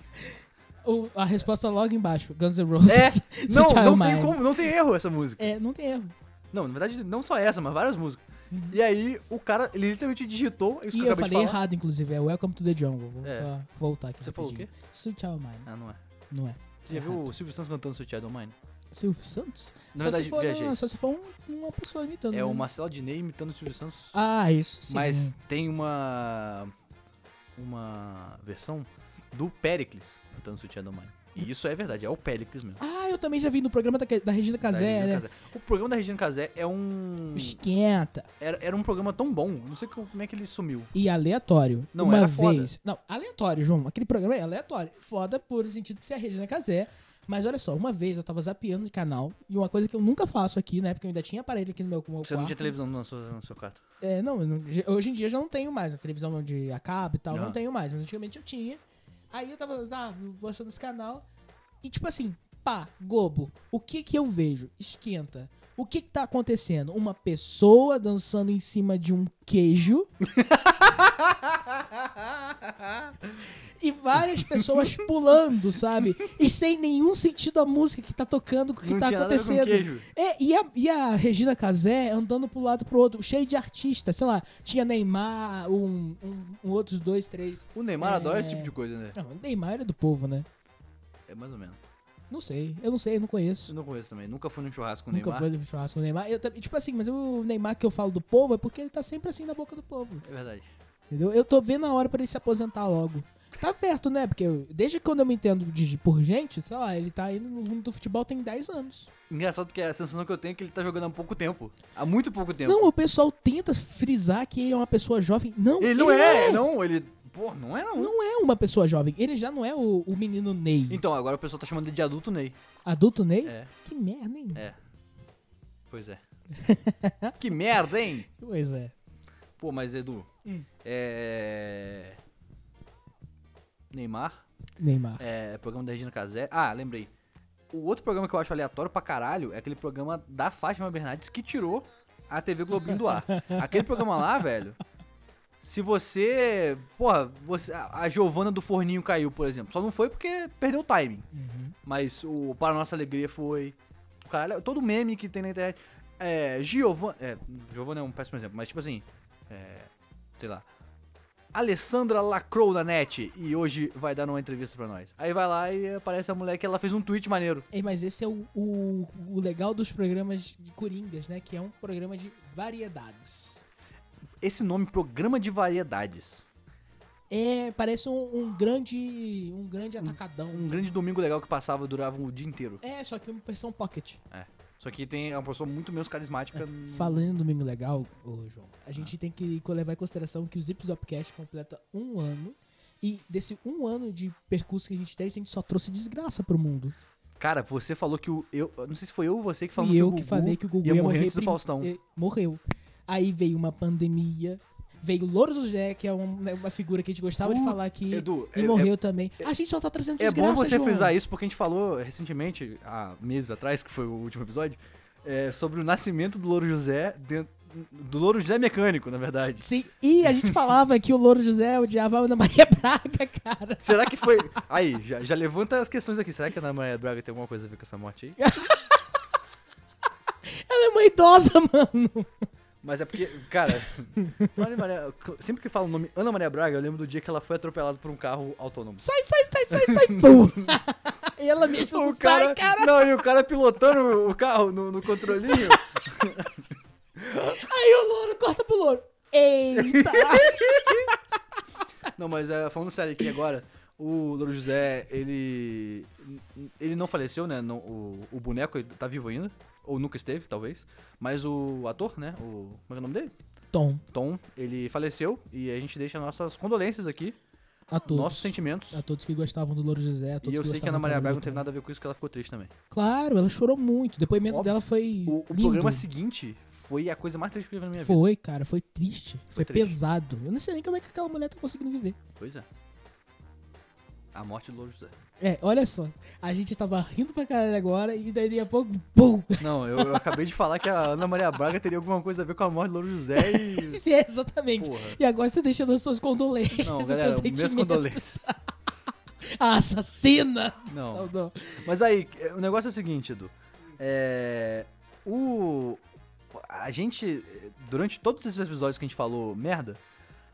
A: O- a resposta logo embaixo, Guns N' Roses. tá
B: É,
A: To
B: Não,
A: Child
B: não tem,
A: Mine.
B: como, não tem erro essa música.
A: É, não tem erro.
B: Não, na verdade, não só essa, mas várias músicas. E aí, o cara, ele literalmente digitou é isso
A: Uhum. E
B: que eu
A: eu
B: acabei
A: falei
B: de falar.
A: errado, inclusive. É Welcome to the Jungle. Vou
B: É.
A: só voltar aqui.
B: Você falou o quê?
A: Sweet Child Mine.
B: Ah, não é.
A: Não é.
B: Você já viu
A: Errado.
B: o Silvio Santos cantando Sweet Child O' Mine?
A: Silvio Santos?
B: Na
A: só,
B: verdade,
A: se for,
B: é viajei.
A: só se for um- uma pessoa imitando.
B: É
A: né?
B: o Marcelo Adnet imitando o Silvio Santos.
A: Ah, isso sim.
B: Mas tem uma. Uma versão do Pericles cantando Sutiã do Mine. E isso é verdade, é o Pericles mesmo.
A: Ah, eu também já vi no programa da, da Regina
B: da
A: Casé,
B: Regina
A: né?
B: Casé. O programa da Regina Casé é um.
A: Esquenta.
B: Era, era um programa tão bom, não sei co- como é que ele sumiu.
A: E aleatório.
B: Não,
A: Uma
B: era foda.
A: vez. Não, aleatório, João. Aquele programa é aleatório. Foda por sentido que você é a Regina Casé. Mas olha só, uma vez eu tava zapeando de canal e uma coisa que eu nunca faço aqui, né? Porque eu ainda tinha aparelho aqui no meu, meu
B: Você não
A: quarto.
B: tinha televisão no seu, no seu quarto.
A: É, não, eu não- hoje em dia eu já não tenho mais. A televisão de a cabo e tal, não
B: Ah.
A: tenho mais. Mas antigamente eu tinha. Aí eu tava, ah, lançando esse canal. E tipo assim, pá, Globo, o que que eu vejo? Esquenta. O que que tá acontecendo? Uma pessoa dançando em cima de um queijo. e várias pessoas pulando, sabe? E sem nenhum sentido a música que tá tocando, o que
B: não
A: tá
B: tinha
A: acontecendo.
B: nada a ver com queijo.
A: É, e, a, e a Regina Casé andando pro lado e pro outro, cheio de artistas, sei lá, tinha Neymar, um, um, um outros dois, três.
B: O Neymar
A: É.
B: adora esse tipo de coisa, né?
A: Não, Neymar era do povo, né?
B: É mais ou menos.
A: Não sei, eu não sei, eu não
B: Isso
A: conheço.
B: eu não conheço também. Nunca fui num churrasco com o
A: Nunca
B: Neymar.
A: foi no churrasco do Neymar. Eu, também- tipo assim, mas o Neymar que eu falo do povo é porque ele tá sempre assim na boca do povo.
B: É verdade.
A: Entendeu? Eu tô vendo a hora pra ele se aposentar logo. Tá perto, né? Porque eu- desde quando eu me entendo de, por gente, sei lá, ele tá indo no mundo do futebol tem 10 anos.
B: Engraçado porque a sensação que eu tenho é que ele tá jogando há pouco tempo. Há muito pouco tempo.
A: Não, o pessoal tenta frisar que ele é uma pessoa jovem. Não,
B: ele não é, não, ele. Pô, não é não.
A: não é uma pessoa jovem. Ele já não é o, o menino Ney.
B: Então, agora o pessoal tá chamando ele de adulto Ney.
A: Adulto Ney?
B: É,
A: Que merda, hein?
B: é. Pois é. que merda, hein?
A: Pois é.
B: Pô, mas Edu.
A: Hum.
B: É. Neymar.
A: Neymar.
B: É, programa da Regina Casé. Ah, lembrei. O outro programa que eu acho aleatório pra caralho é aquele programa da Fátima Bernardes que tirou a TV Globinho do ar. Aquele programa lá, velho. Se você. Porra, você, a a Giovana do Forninho caiu, por exemplo. Só não foi porque perdeu o timing.
A: Uhum.
B: Mas o Para Nossa Alegria foi. O Caralho, todo meme que tem na internet. É. Giovanna. É, Giovanna é um péssimo exemplo, mas tipo assim. É, sei lá. Alessandra lacrou na net e hoje vai dar uma entrevista pra nós. Aí vai lá e aparece a mulher que ela fez um tweet maneiro.
A: Ei, mas esse é o, o, o legal dos programas de Coringas, né? Que é um programa de variedades.
B: Esse nome, Programa de Variedades.
A: É, parece um, um grande. um grande atacadão.
B: Um grande domingo legal que passava, durava o dia inteiro.
A: É, só que uma versão pocket.
B: Só que tem é uma pessoa muito menos carismática.
A: Falando em Domingo Legal, ô João,
B: Ah.
A: a gente tem que co- levar em consideração que o Zip Zopcast completa um ano. E desse um ano de percurso que a gente tem, a gente só trouxe desgraça pro mundo.
B: Cara, você falou que o. Eu, eu não sei se foi eu ou você que falou
A: Fui eu
B: o
A: que
B: Gugu
A: falei que o Gugu
B: ia morrer antes do
A: prim-
B: Faustão.
A: eh, Morreu. Aí veio uma pandemia. Veio Louros do Jé, que é uma, uma figura que a gente gostava de
B: Puta,
A: falar aqui.
B: Edu,
A: e
B: é-
A: morreu também. a gente só tá trazendo
B: É
A: desgraça,
B: bom você
A: João.
B: frisar isso, porque a gente falou recentemente, há meses atrás, que foi o último episódio, é, sobre o nascimento do Louro José, dentro, do Louro José mecânico, na verdade.
A: Sim, e a gente falava que o Louro José odiava a Ana Maria Braga, cara.
B: Será que foi... Aí, já, já levanta as questões aqui. Será que a Ana Maria Braga tem alguma coisa a ver com essa morte aí?
A: Ela é uma idosa, mano.
B: Mas é porque, cara, Ana Maria- sempre que fala o nome Ana Maria Braga, eu lembro do dia que ela foi atropelada por um carro autônomo.
A: Sai, sai, sai, sai, sai, pum. e ela mesma
B: O
A: não
B: cara,
A: sai, cara.
B: Não, e o cara pilotando o carro no, no controlinho.
A: Aí o Louro corta pro Louro. Eita.
B: Não, mas é, falando sério aqui agora, o Louro José, ele. Ele não faleceu, né? Não- o, o boneco ele tá vivo ainda. Ou nunca esteve, talvez. Mas o ator, né? O, como é que é o nome dele?
A: Tom,
B: Tom, ele faleceu e a gente deixa nossas condolências aqui,
A: a todos.
B: nossos sentimentos.
A: A todos que gostavam do Louro José. a todos
B: E eu sei que a Ana
A: gostavam
B: Maria
A: do
B: Braga
A: Louro
B: não teve
A: Tom.
B: nada a ver com isso, que ela ficou triste também.
A: Claro, ela chorou muito. O depoimento
B: Óbvio.
A: dela foi.
B: O, o
A: lindo.
B: programa seguinte foi a coisa mais triste que eu já vi na minha vida.
A: Foi, cara, foi triste. Foi,
B: triste.
A: pesado. Eu não sei nem como é que aquela mulher tá conseguindo viver.
B: Pois é. A morte do Louro José.
A: É, olha só. A gente tava rindo pra caralho agora e daí a pouco, pum!
B: Não, eu, eu acabei de falar que a Ana Maria Braga teria alguma coisa a ver com a morte do Louro José e.
A: É, exatamente.
B: Porra.
A: E agora você tá deixando as suas condolências.
B: Não,
A: os
B: galera, é
A: seus
B: minhas
A: sentimentos.
B: condolências.
A: A assassina!
B: Não.
A: Não, não.
B: Mas aí, o negócio é o seguinte, Edu. É. O. A gente, durante todos esses episódios que a gente falou merda,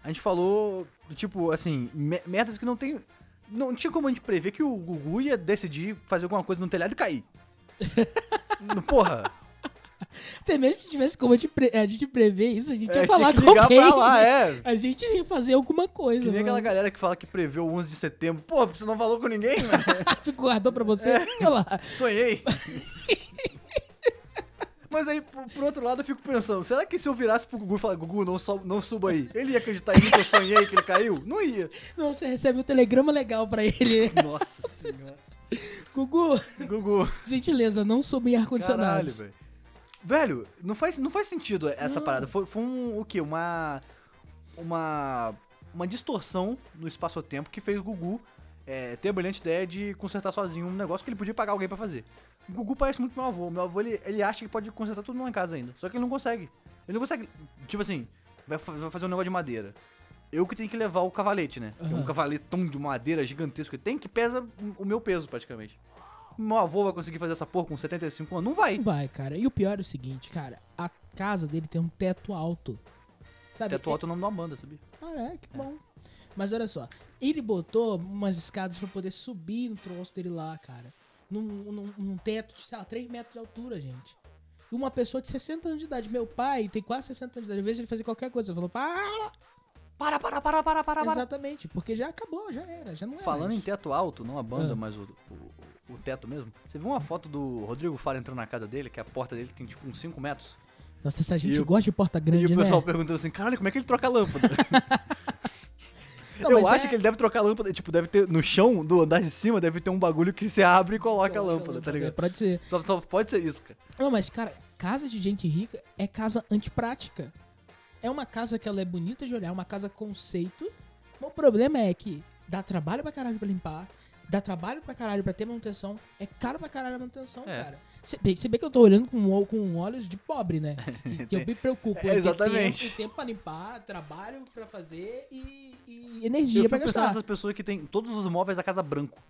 B: a gente falou, tipo, assim, me- merdas que não tem. Não tinha como a gente prever que o Gugu ia decidir fazer alguma coisa no telhado e cair. No- Porra!
A: Até mesmo se tivesse como a gente, pre- a gente prever isso, a gente ia
B: é,
A: falar
B: tinha que
A: com
B: ligar
A: alguém.
B: pra lá, é.
A: A gente ia fazer alguma coisa. é?
B: Que nem aquela
A: mano.
B: galera que fala que preveu o 11 de setembro. Pô, você não falou com ninguém, mano.
A: Ficou guardou pra você.
B: É.
A: Olha lá.
B: Sonhei. Mas aí, por por outro lado, eu fico pensando, será que se eu virasse pro Gugu e falar, Gugu, não, sou- não suba aí, ele ia acreditar em mim que eu sonhei que ele caiu? Não ia.
A: Não, você recebe um telegrama legal pra ele. né?
B: Nossa senhora.
A: Gugu,
B: Gugu,
A: gentileza, não suba em
B: caralho,
A: ar-condicionado.
B: velho. Velho, não faz, não faz sentido essa parada. Foi, foi um, o quê? Uma, uma, uma distorção no espaço-tempo que fez o Gugu é, ter a brilhante ideia de consertar sozinho um negócio que ele podia pagar alguém pra fazer. O Gugu parece muito meu avô. Meu avô, ele, ele acha que pode consertar tudo lá em casa ainda. Só que ele não consegue. Ele não consegue. Tipo assim, vai, fa- vai fazer um negócio de madeira. Eu que tenho que levar o cavalete, né? Que É um
A: Aham.
B: cavaletão de madeira gigantesco que tem que pesa o meu peso, praticamente. Meu avô vai conseguir fazer essa porra com 75 anos? Não vai.
A: Vai, cara. E o pior é o seguinte, cara. A casa dele tem um teto alto. Sabe?
B: Teto alto é o nome da Amanda, sabia?
A: Ah, é, que bom. Mas olha só, ele botou umas escadas pra poder subir no troço dele lá, cara. Num, num, num teto de, sei lá, 3 metros de altura, gente. E uma pessoa de 60 anos de idade. Meu pai tem quase 60 anos de idade. Às vezes ele fazer qualquer coisa. Ele falou, para!
B: Para, para, para, para, para, para.
A: Exatamente, porque já acabou, já era, já não é
B: Falando
A: mais.
B: em teto alto, não a banda,
A: Ah.
B: mas o, o, o teto mesmo. Você viu uma foto do Rodrigo Faro entrando na casa dele, que a porta dele tem tipo uns 5 metros?
A: Nossa, essa gente
B: E o-
A: gosta de porta
B: E
A: grande,
B: o pessoal
A: né?
B: perguntando assim, caralho, como é que ele troca a lâmpada?
A: Não,
B: eu
A: mas
B: acho
A: é-
B: que ele deve trocar a lâmpada, tipo, deve ter, no chão do andar de cima, deve ter um bagulho que você abre e coloca a lâmpada, tá ligado?
A: Pode ser.
B: Só, só pode ser isso, cara.
A: Não, mas, cara, casa de gente rica é casa antiprática. É uma casa que ela é bonita de olhar, é uma casa conceito. Mas o problema é que dá trabalho pra caralho pra limpar, dá trabalho pra caralho pra ter manutenção, é caro pra caralho a manutenção,
B: É.
A: cara. Se bem, se bem que eu tô olhando com, ol- com olhos de pobre, né? Que, que eu me preocupo.
B: É,
A: em ter
B: exatamente.
A: Tempo, tempo pra limpar, trabalho pra fazer e, e
B: Eu
A: energia pra
B: fico pensando
A: gastar.
B: nessas pessoas que tem todos os móveis da casa branco.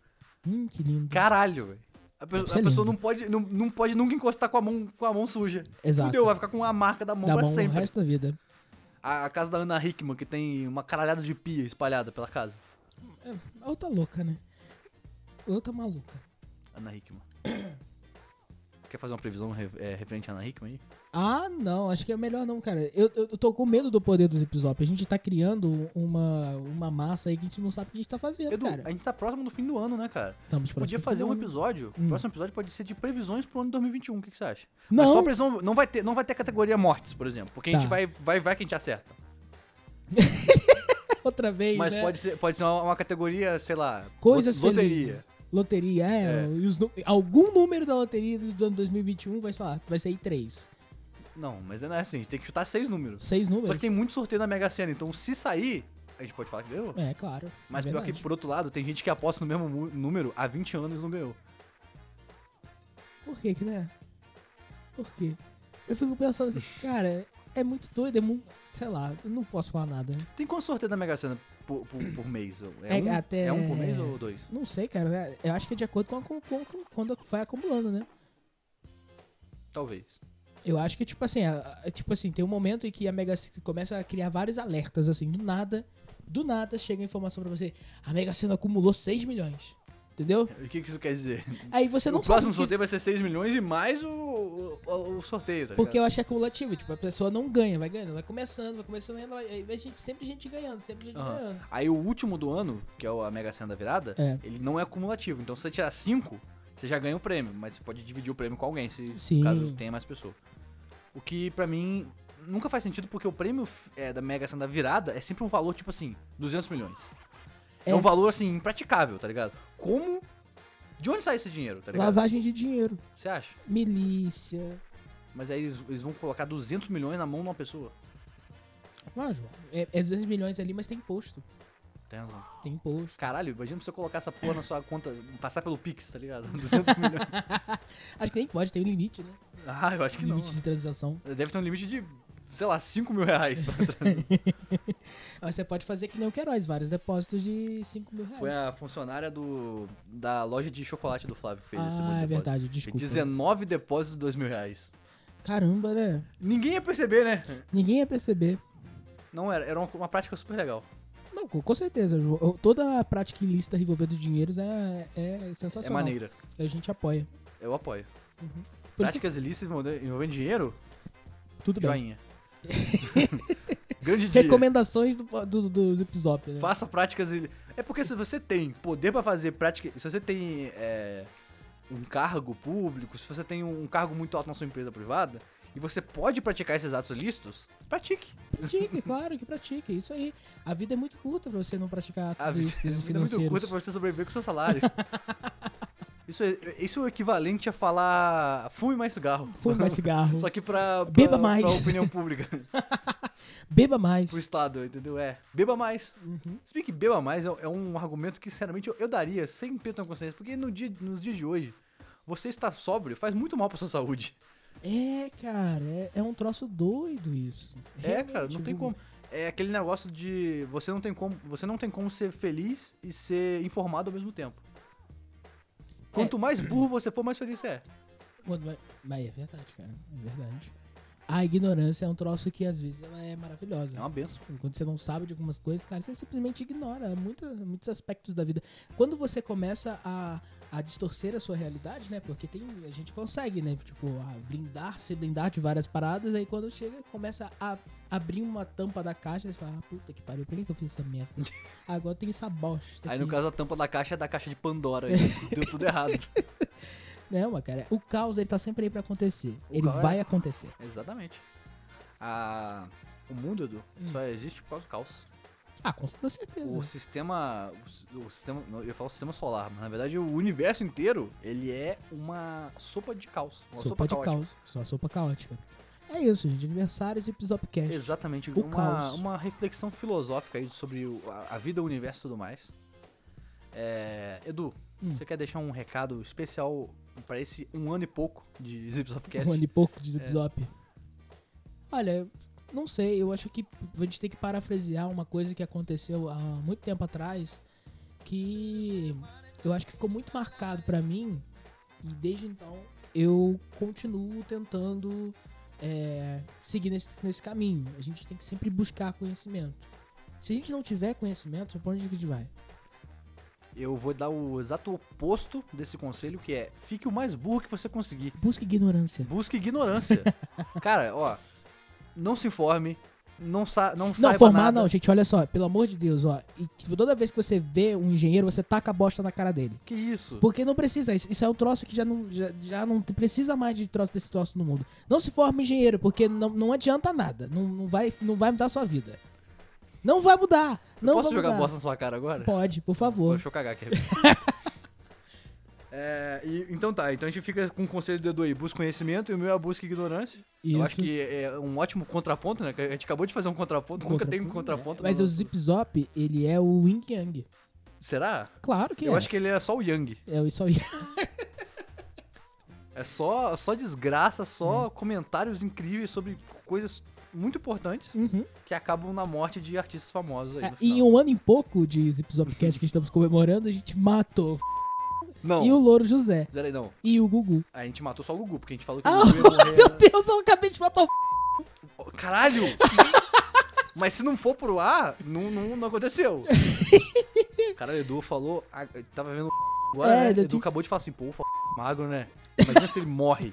A: Hum, que lindo.
B: Caralho, velho. A, pe-
A: Isso é
B: a pessoa
A: lindo.
B: não pode, não, não pode nunca encostar com a mão, com a mão suja.
A: Exato.
B: Fudeu, vai ficar com a marca da mão
A: Dá
B: pra
A: bom o
B: sempre.
A: resto da vida.
B: A, a casa da Ana Hickman, que tem uma caralhada de pia espalhada pela casa.
A: A outra louca, né? A outra maluca.
B: Ana Hickman. Quer fazer uma previsão re- é, referente a Ana Hickman aí?
A: Ah, não, acho que é melhor não, cara. Eu, eu, eu tô com medo do poder dos episódios. A gente tá criando uma, uma massa aí que a gente não sabe o que a gente tá fazendo,
B: Edu,
A: cara.
B: a gente tá próximo do fim do ano, né, cara?
A: Estamos
B: Podia
A: próximo
B: fazer
A: do
B: um
A: ano.
B: episódio. O
A: Hum.
B: próximo episódio pode ser de previsões pro ano 2021. O que, que você acha? Mas
A: Não.
B: só previsão. Não vai ter, não vai ter categoria mortes, por exemplo. Porque a gente
A: Tá.
B: vai, vai, vai que a gente acerta.
A: Outra vez,
B: Mas
A: né?
B: pode ser, pode ser uma, uma categoria, sei lá.
A: Coisas
B: lot- loteria.
A: felizes. Loteria, é.
B: É.
A: e os nu- algum número da loteria do ano 2021 vai, sei lá, vai sair três.
B: Não, mas não é assim. A gente tem que chutar seis números.
A: Seis números.
B: Só que tem muito sorteio na Mega Sena. Então se sair, a gente pode falar que ganhou.
A: É, claro.
B: Mas
A: é
B: pior que,
A: verdade.
B: por outro lado, tem gente que aposta no mesmo mu- número há 20 anos e não ganhou.
A: Por que que, né? Por quê? Eu fico pensando assim, cara, é muito doido, é muito... Sei lá, eu não posso falar nada, né?
B: Tem quanto sorteio da Mega Sena por, por- por mês? É,
A: É,
B: um,
A: até-
B: é um por mês ou dois?
A: Não sei, cara. Eu acho que é de acordo com, com, com- com quando vai acumulando, né?
B: Talvez.
A: Eu acho que, tipo assim, a- a- tipo assim, tem um momento em que a Mega Sena começa a criar vários alertas, assim, do nada, do nada chega a informação pra você, a Mega Sena acumulou 6 milhões, entendeu?
B: O que, que isso quer dizer?
A: Aí você não
B: o
A: sabe o
B: próximo
A: que-
B: sorteio vai ser 6 milhões e mais o, o- o sorteio, tá
A: porque
B: ligado?
A: eu acho que é acumulativo, tipo, a pessoa não ganha, vai ganhando, vai começando, vai começando, vai- aí vai gente, sempre gente ganhando, sempre gente
B: Aham. Tá
A: ganhando.
B: Aí o último do ano, que é o- a Mega Sena da virada,
A: É.
B: ele não é acumulativo. Então se você tirar 5, você já ganha o prêmio. Mas você pode dividir o prêmio com alguém, se
A: Sim.
B: caso tenha mais pessoa. O que, pra mim, nunca faz sentido porque o prêmio é, da Mega Sena da virada é sempre um valor, tipo assim, 200 milhões. É,
A: É.
B: um valor, assim, impraticável, tá ligado? Como. De onde sai esse dinheiro, tá ligado?
A: Lavagem de dinheiro.
B: Você acha?
A: Milícia.
B: Mas aí eles, eles vão colocar 200 milhões na mão de uma pessoa.
A: Mas, João, é, é 200 milhões ali, mas tem imposto.
B: Tem razão.
A: Tem imposto.
B: Caralho, imagina se eu colocar essa porra na sua conta, passar pelo Pix, tá ligado? 200 milhões.
A: Acho que nem pode, tem um limite, né?
B: Ah, eu acho que não.
A: limite de transação.
B: Deve ter um limite de, sei lá, 5 mil reais. Pra trás.
A: Mas você pode fazer que nem o Queiroz, vários depósitos de 5 mil reais.
B: Foi a funcionária do, da loja de chocolate do Flávio que fez esse monte
A: ah,
B: de
A: é
B: depósito.
A: verdade,
B: Fez
A: desculpa.
B: 19 depósitos de 2 mil reais.
A: Caramba, né?
B: Ninguém ia perceber, né?
A: Ninguém ia perceber.
B: Não era, era uma, uma prática super legal. É
A: Não, com com certeza, João. Toda a prática ilícita envolvendo dinheiros é, é
B: É
A: sensacional.
B: maneira.
A: A gente apoia.
B: Eu apoio.
A: Por isso que
B: Práticas ilícitas envolvendo envolvendo dinheiro,
A: tudo bem.
B: joinha. Grande dia.
A: Recomendações do, do, do Zipzop, né?
B: Faça práticas ilícitas. É porque se você tem poder pra fazer prática. Se você tem é, um cargo público, se você tem um cargo muito alto na sua empresa privada, e você pode praticar esses atos ilícitos, pratique.
A: Pratique, claro que pratique. Isso aí. A vida é muito curta pra você não praticar
B: A vida, a
A: atos
B: vida é muito
A: financeiros.
B: curta pra você sobreviver com seu salário. isso, é, isso é o equivalente a falar fume mais cigarro.
A: Fume mais cigarro.
B: Só que pra, pra,
A: Beba mais.
B: pra opinião pública,
A: Beba mais.
B: pro Estado, entendeu? É, beba mais.
A: Uhum.
B: Se bem que beba mais é, é um argumento que, sinceramente, eu, eu daria sem peso na consciência, porque no dia, nos dias de hoje, você estar sóbrio faz muito mal pra sua saúde.
A: É, cara, é, é um troço doido isso.
B: é, cara, não
A: Realmente,
B: tem
A: o-
B: como. É aquele negócio de você não tem como, você não tem como ser feliz e ser informado ao mesmo tempo.
A: É.
B: Quanto mais burro você for, mais feliz você é.
A: Quando vai- Mas é verdade, cara. É verdade. A ignorância é um troço que às vezes ela é maravilhosa.
B: É uma benção.
A: Quando você não sabe de algumas coisas, cara, você simplesmente ignora muita- muitos aspectos da vida. Quando você começa a, a distorcer a sua realidade, né? Porque tem, a gente consegue, né? Tipo, a blindar, se blindar de várias paradas, aí quando chega, começa a abrir uma tampa da caixa e você fala, ah, puta que pariu, por que, que eu fiz essa merda? Agora tem essa bosta.
B: Aí no
A: Tá aqui.
B: caso a tampa da caixa é da caixa de Pandora. aí Deu tudo errado.
A: Não, mas, cara, o caos ele tá sempre aí pra acontecer.
B: O
A: ele
B: caos é-
A: vai acontecer.
B: Exatamente. A- O mundo, Edu,
A: Hum.
B: só existe por causa do caos.
A: Ah, com toda certeza.
B: O sistema. o si- O, sistema. não, Eu ia falar o sistema solar, mas na verdade o universo inteiro, ele é uma sopa de caos. Uma
A: sopa, de
B: caótica.
A: caos. Só sopa caótica. É isso, gente. Aniversários e Pisopcast.
B: Exatamente.
A: O
B: uma,
A: caos.
B: uma reflexão filosófica aí sobre o- a, a vida, o universo e tudo mais. É, Edu,
A: Hum.
B: você quer deixar um recado especial pra esse um ano e pouco de Zips Podcast?
A: Um ano e pouco de
B: É.
A: Zip Zop. Olha, eu não sei, eu acho que a gente tem que parafrasear uma coisa que aconteceu há muito tempo atrás, que eu acho que ficou muito marcado pra mim, e desde então eu continuo tentando é, seguir nesse, nesse caminho. A gente tem que sempre buscar conhecimento. Se a gente não tiver conhecimento, pra onde que a gente vai?
B: Eu vou dar o exato oposto desse conselho, que é fique o mais burro que você conseguir.
A: Busca ignorância.
B: Busque ignorância. Cara, ó, não se informe, não, sa não
A: Não,
B: saiba
A: formar
B: nada.
A: não, gente, olha só, pelo amor de Deus, ó. E que toda vez que você vê um engenheiro, você taca a bosta na cara dele.
B: Que isso?
A: Porque não precisa, isso isso é um troço que já não, já, já não te- precisa mais de troço desse troço no mundo. Não se forme engenheiro, porque não, não adianta nada. Não, não, vai, não vai mudar a sua vida. Não vai mudar. Não
B: Posso
A: vai
B: jogar
A: mudar.
B: bosta na sua cara agora?
A: Pode, por favor.
B: Deixa eu cagar aqui. É, e- então tá, então a gente fica com o conselho do Edu aí, busca conhecimento e o meu é busca ignorância. Eu acho
A: Isso.
B: que é um ótimo contraponto, né? que A gente acabou de fazer um contraponto, nunca tem um contraponto.
A: né? Mas
B: no-
A: o Zip Zop, ele é o Yin Yang.
B: Será?
A: Claro que
B: Eu
A: é.
B: acho que ele é só o Yang.
A: É isso aí.
B: É só, só desgraça,
A: Hum.
B: só comentários incríveis sobre coisas muito importantes
A: Uhum.
B: que acabam na morte de artistas famosos aí
A: É,
B: no
A: e
B: final.
A: em um ano e pouco de Zip Zopcast que estamos comemorando, a gente matou f-
B: Não,
A: e o Louro José
B: peraí, não.
A: e o Gugu.
B: A gente matou só o Gugu, porque a gente falou que
A: Ah,
B: o Gugu ia morrer.
A: meu Deus, eu acabei de matar o f-
B: Oh, Caralho! Mas se não for pro ar, não, não, não aconteceu. Caralho, o Edu falou. ah, eu Tava vendo agora,
A: É,
B: né?
A: ele
B: Edu
A: tinha-
B: acabou de falar assim, pô, o f- magro, né? Imagina se ele morre.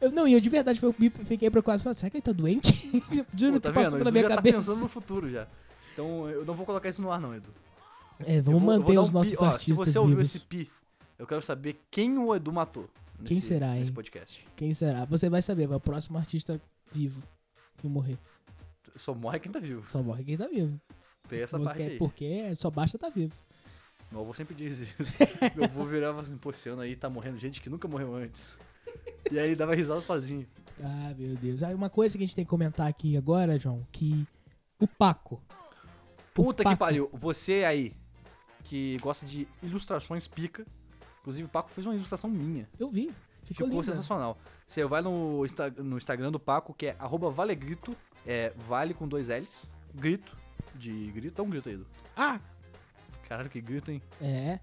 A: Eu, não, e eu de verdade eu me- fiquei preocupado. Falei, será que ele tá doente? Juro
B: Pô, tá
A: que
B: vendo?
A: passou
B: O
A: pela
B: Edu
A: minha
B: já
A: cabeça.
B: tá pensando no futuro já. Então eu não vou colocar isso no ar, não, Edu.
A: É,
B: Eu
A: vamos
B: vou- eu vou
A: manter
B: dar
A: os
B: um
A: nossos
B: pi- ó, Se
A: artistas
B: você ouviu
A: vivos.
B: esse pi, eu quero saber quem o Edu matou.
A: Quem será,
B: Nesse
A: hein?
B: podcast.
A: Quem será? Você vai saber, vai. o próximo artista vivo e morrer.
B: Só morre quem tá vivo.
A: Só morre quem tá vivo.
B: Tem essa
A: porque,
B: parte aí.
A: porque só basta tá vivo.
B: Meu avô sempre diz isso. Meu avô virava assim, pô, esse ano aí tá morrendo gente que nunca morreu antes. E aí ele dava risada sozinho.
A: Ah, meu Deus. Ah, uma coisa que a gente tem que comentar aqui agora, João, que o Paco. O
B: Puta que
A: Paco-
B: pariu. Você aí, que gosta de ilustrações pica. Inclusive, o Paco fez uma ilustração minha.
A: Eu vi. Ficou,
B: Ficou,
A: lindo.
B: sensacional. Você vai no, Insta- no Instagram do Paco, que é arroba valegrito, é vale com dois L's, grito, de grito, dá um grito aí, Edu.
A: Ah,
B: Caralho, que grito, hein?
A: é.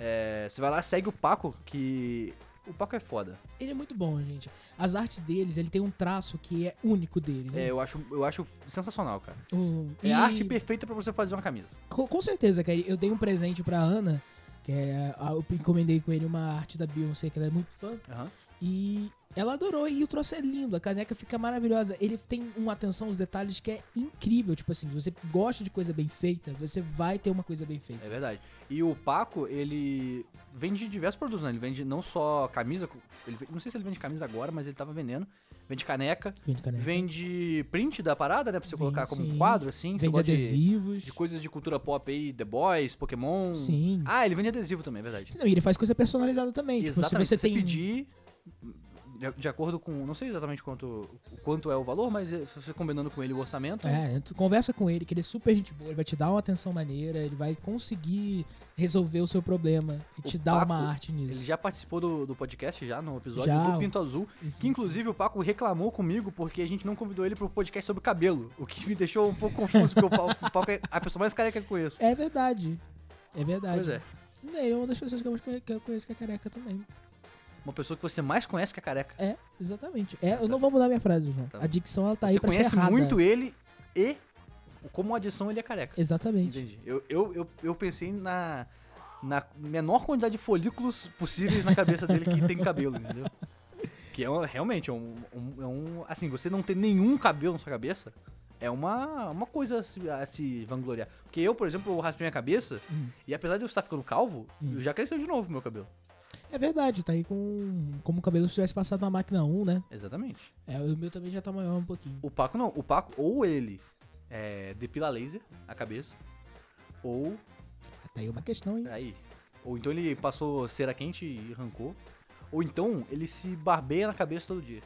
B: É, você vai lá, segue o Paco, que o Paco é foda.
A: Ele é muito bom, gente. As artes deles, ele tem um traço que é único dele. Né?
B: É, eu acho, eu acho sensacional, cara.
A: O-
B: É
A: e-
B: a arte perfeita pra você fazer uma camisa.
A: Com, com certeza, cara. Eu dei um presente pra Ana, que é, a- eu encomendei com ele uma arte da Beyoncé, que ela é muito fã.
B: Aham.
A: E ela adorou e o troço é lindo. A caneca fica maravilhosa. Ele tem uma atenção aos detalhes que é incrível. Tipo assim, você gosta de coisa bem feita, você vai ter uma coisa bem feita.
B: É verdade. E o Paco, ele vende diversos produtos, né? Ele vende não só camisa, ele vende- não sei se ele vende camisa agora, mas ele tava vendendo. Vende caneca,
A: Vende caneca.
B: vende print da parada, né? Pra você
A: Vende,
B: colocar como um
A: sim.
B: quadro, assim. você
A: Vende
B: gosta de-
A: adesivos.
B: de coisas de cultura pop aí, The Boys, Pokémon.
A: Sim.
B: Ah, ele vende adesivo também, é verdade.
A: Não, e ele faz coisa personalizada também. Tipo,
B: exatamente,
A: se você tem...
B: pedir, de, de acordo com, não sei exatamente quanto, o quanto é o valor, mas é, se você combinando com ele o orçamento,
A: É, tu conversa com ele, que ele é super gente boa, ele vai te dar uma atenção maneira, ele vai conseguir resolver o seu problema e te dar
B: Paco,
A: uma arte nisso.
B: ele já participou do, do podcast, já no episódio
A: Já,
B: do Pinto Azul,
A: Isso.
B: que inclusive o Paco reclamou comigo porque a gente não convidou ele pro podcast sobre cabelo, o que me deixou um pouco confuso, porque o Paco, o Paco é a pessoa mais careca que eu conheço.
A: É verdade. É verdade.
B: Pois é,
A: Não, Ele é uma das pessoas que eu, mais conhe- que eu conheço que é careca também.
B: uma pessoa que você mais conhece que é careca.
A: É, exatamente. É, eu não vou mudar minha frase, João.
B: Tá.
A: A dicção ela tá aí
B: Você
A: pra
B: conhece
A: ser errada.
B: muito ele e como adição ele é careca.
A: Exatamente.
B: Entendi. Eu, eu, eu, eu pensei na, na menor quantidade de folículos possíveis na cabeça dele que tem cabelo, entendeu? Que é um- realmente é um, um- é um- Assim, você não ter nenhum cabelo na sua cabeça é uma, uma coisa a se, a se vangloriar. Porque eu, por exemplo, eu raspei minha cabeça
A: Hum.
B: e apesar de eu estar ficando calvo,
A: Hum.
B: eu já cresceu de novo meu cabelo.
A: É verdade, tá aí com como o cabelo se tivesse passado na máquina 1, né?
B: Exatamente.
A: É, o meu também já tá maior um pouquinho.
B: O Paco não. O Paco, ou ele é, depila laser a cabeça, ou
A: Tá aí uma questão, hein?
B: Aí. Ou então ele passou cera quente e arrancou. Ou então ele se barbeia na cabeça todo dia.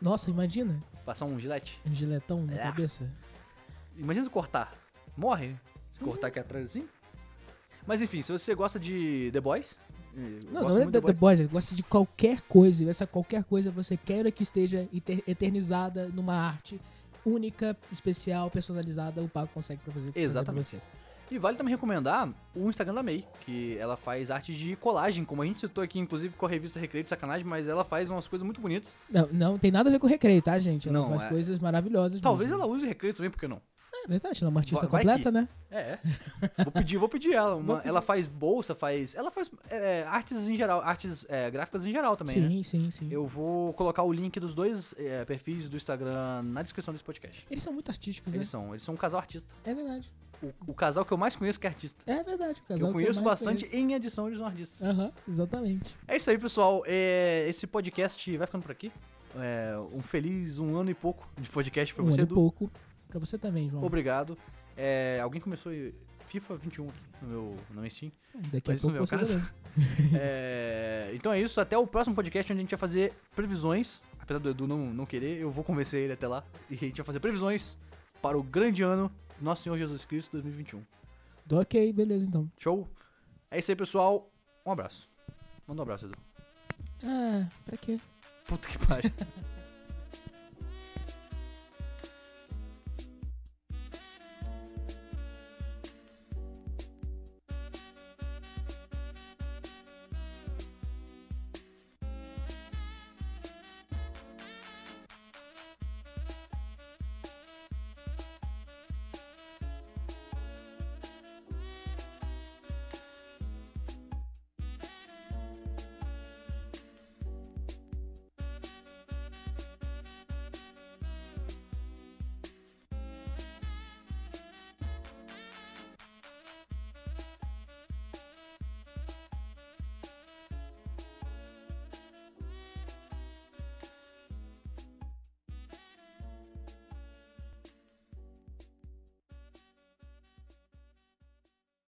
A: Nossa, imagina.
B: Passar um gilete.
A: Um giletão na
B: É.
A: cabeça.
B: Imagina se cortar. Morre, né? Se cortar aqui atrás assim. Mas enfim, se você gosta de The Boys. eh,
A: Não,
B: gosta
A: não é
B: muito
A: The,
B: de
A: The Boys, ele gosta de qualquer coisa. E essa qualquer coisa você queira que esteja eter- eternizada numa arte única, especial, personalizada, o Paco consegue pra fazer. fazer pra
B: Exatamente.
A: você.
B: E vale também recomendar o Instagram da May, que ela faz arte de colagem, como a gente citou aqui, inclusive com a revista Recreio de Sacanagem, mas ela faz umas coisas muito bonitas.
A: Não, não tem nada a ver com recreio, tá, gente? Ela
B: Não,
A: faz
B: é-
A: coisas maravilhosas.
B: Talvez
A: mesmo.
B: ela use o Recreio também, por que não?
A: É verdade, ela é uma artista
B: Vai- vai
A: completa,
B: que-
A: né?
B: É. Vou pedir, vou pedir ela. Uma-
A: Vou pedir.
B: Ela faz bolsa, faz. Ela faz é, artes em geral, artes é, gráficas em geral também, né?
A: sim, sim, sim.
B: Eu vou colocar o link dos dois é, perfis do Instagram na descrição desse podcast.
A: Eles são muito artísticos,
B: Eles são, eles são um casal artista.
A: né? É verdade.
B: O, o casal que eu mais conheço que é artista.
A: É verdade, o
B: Que
A: casal.
B: eu
A: que
B: conheço
A: mais
B: bastante
A: conheço. Ah.
B: em adição eles são artistas.
A: Aham, exatamente.
B: É isso aí, pessoal. É, esse podcast vai ficando por aqui. É, um feliz um ano e pouco de podcast pra
A: um
B: você,
A: ano e
B: Edu.
A: pouco. né? Pra você também, João.
B: Obrigado. É, alguém começou FIFA 21 aqui no meu, no meu Steam.
A: Daqui a
B: Mas isso não é
A: pouco
B: o
A: você
B: caso.
A: também.
B: É, então é isso, até o próximo podcast onde a gente vai fazer previsões. Apesar do Edu não, não querer, eu vou convencer ele até lá. E a gente vai fazer previsões para o grande ano do Nosso Senhor Jesus Cristo 2021.
A: Ok, beleza então.
B: Show? É isso aí, pessoal. Um abraço. Manda um abraço, Edu.
A: Ah, pra quê?
B: Puta que pariu.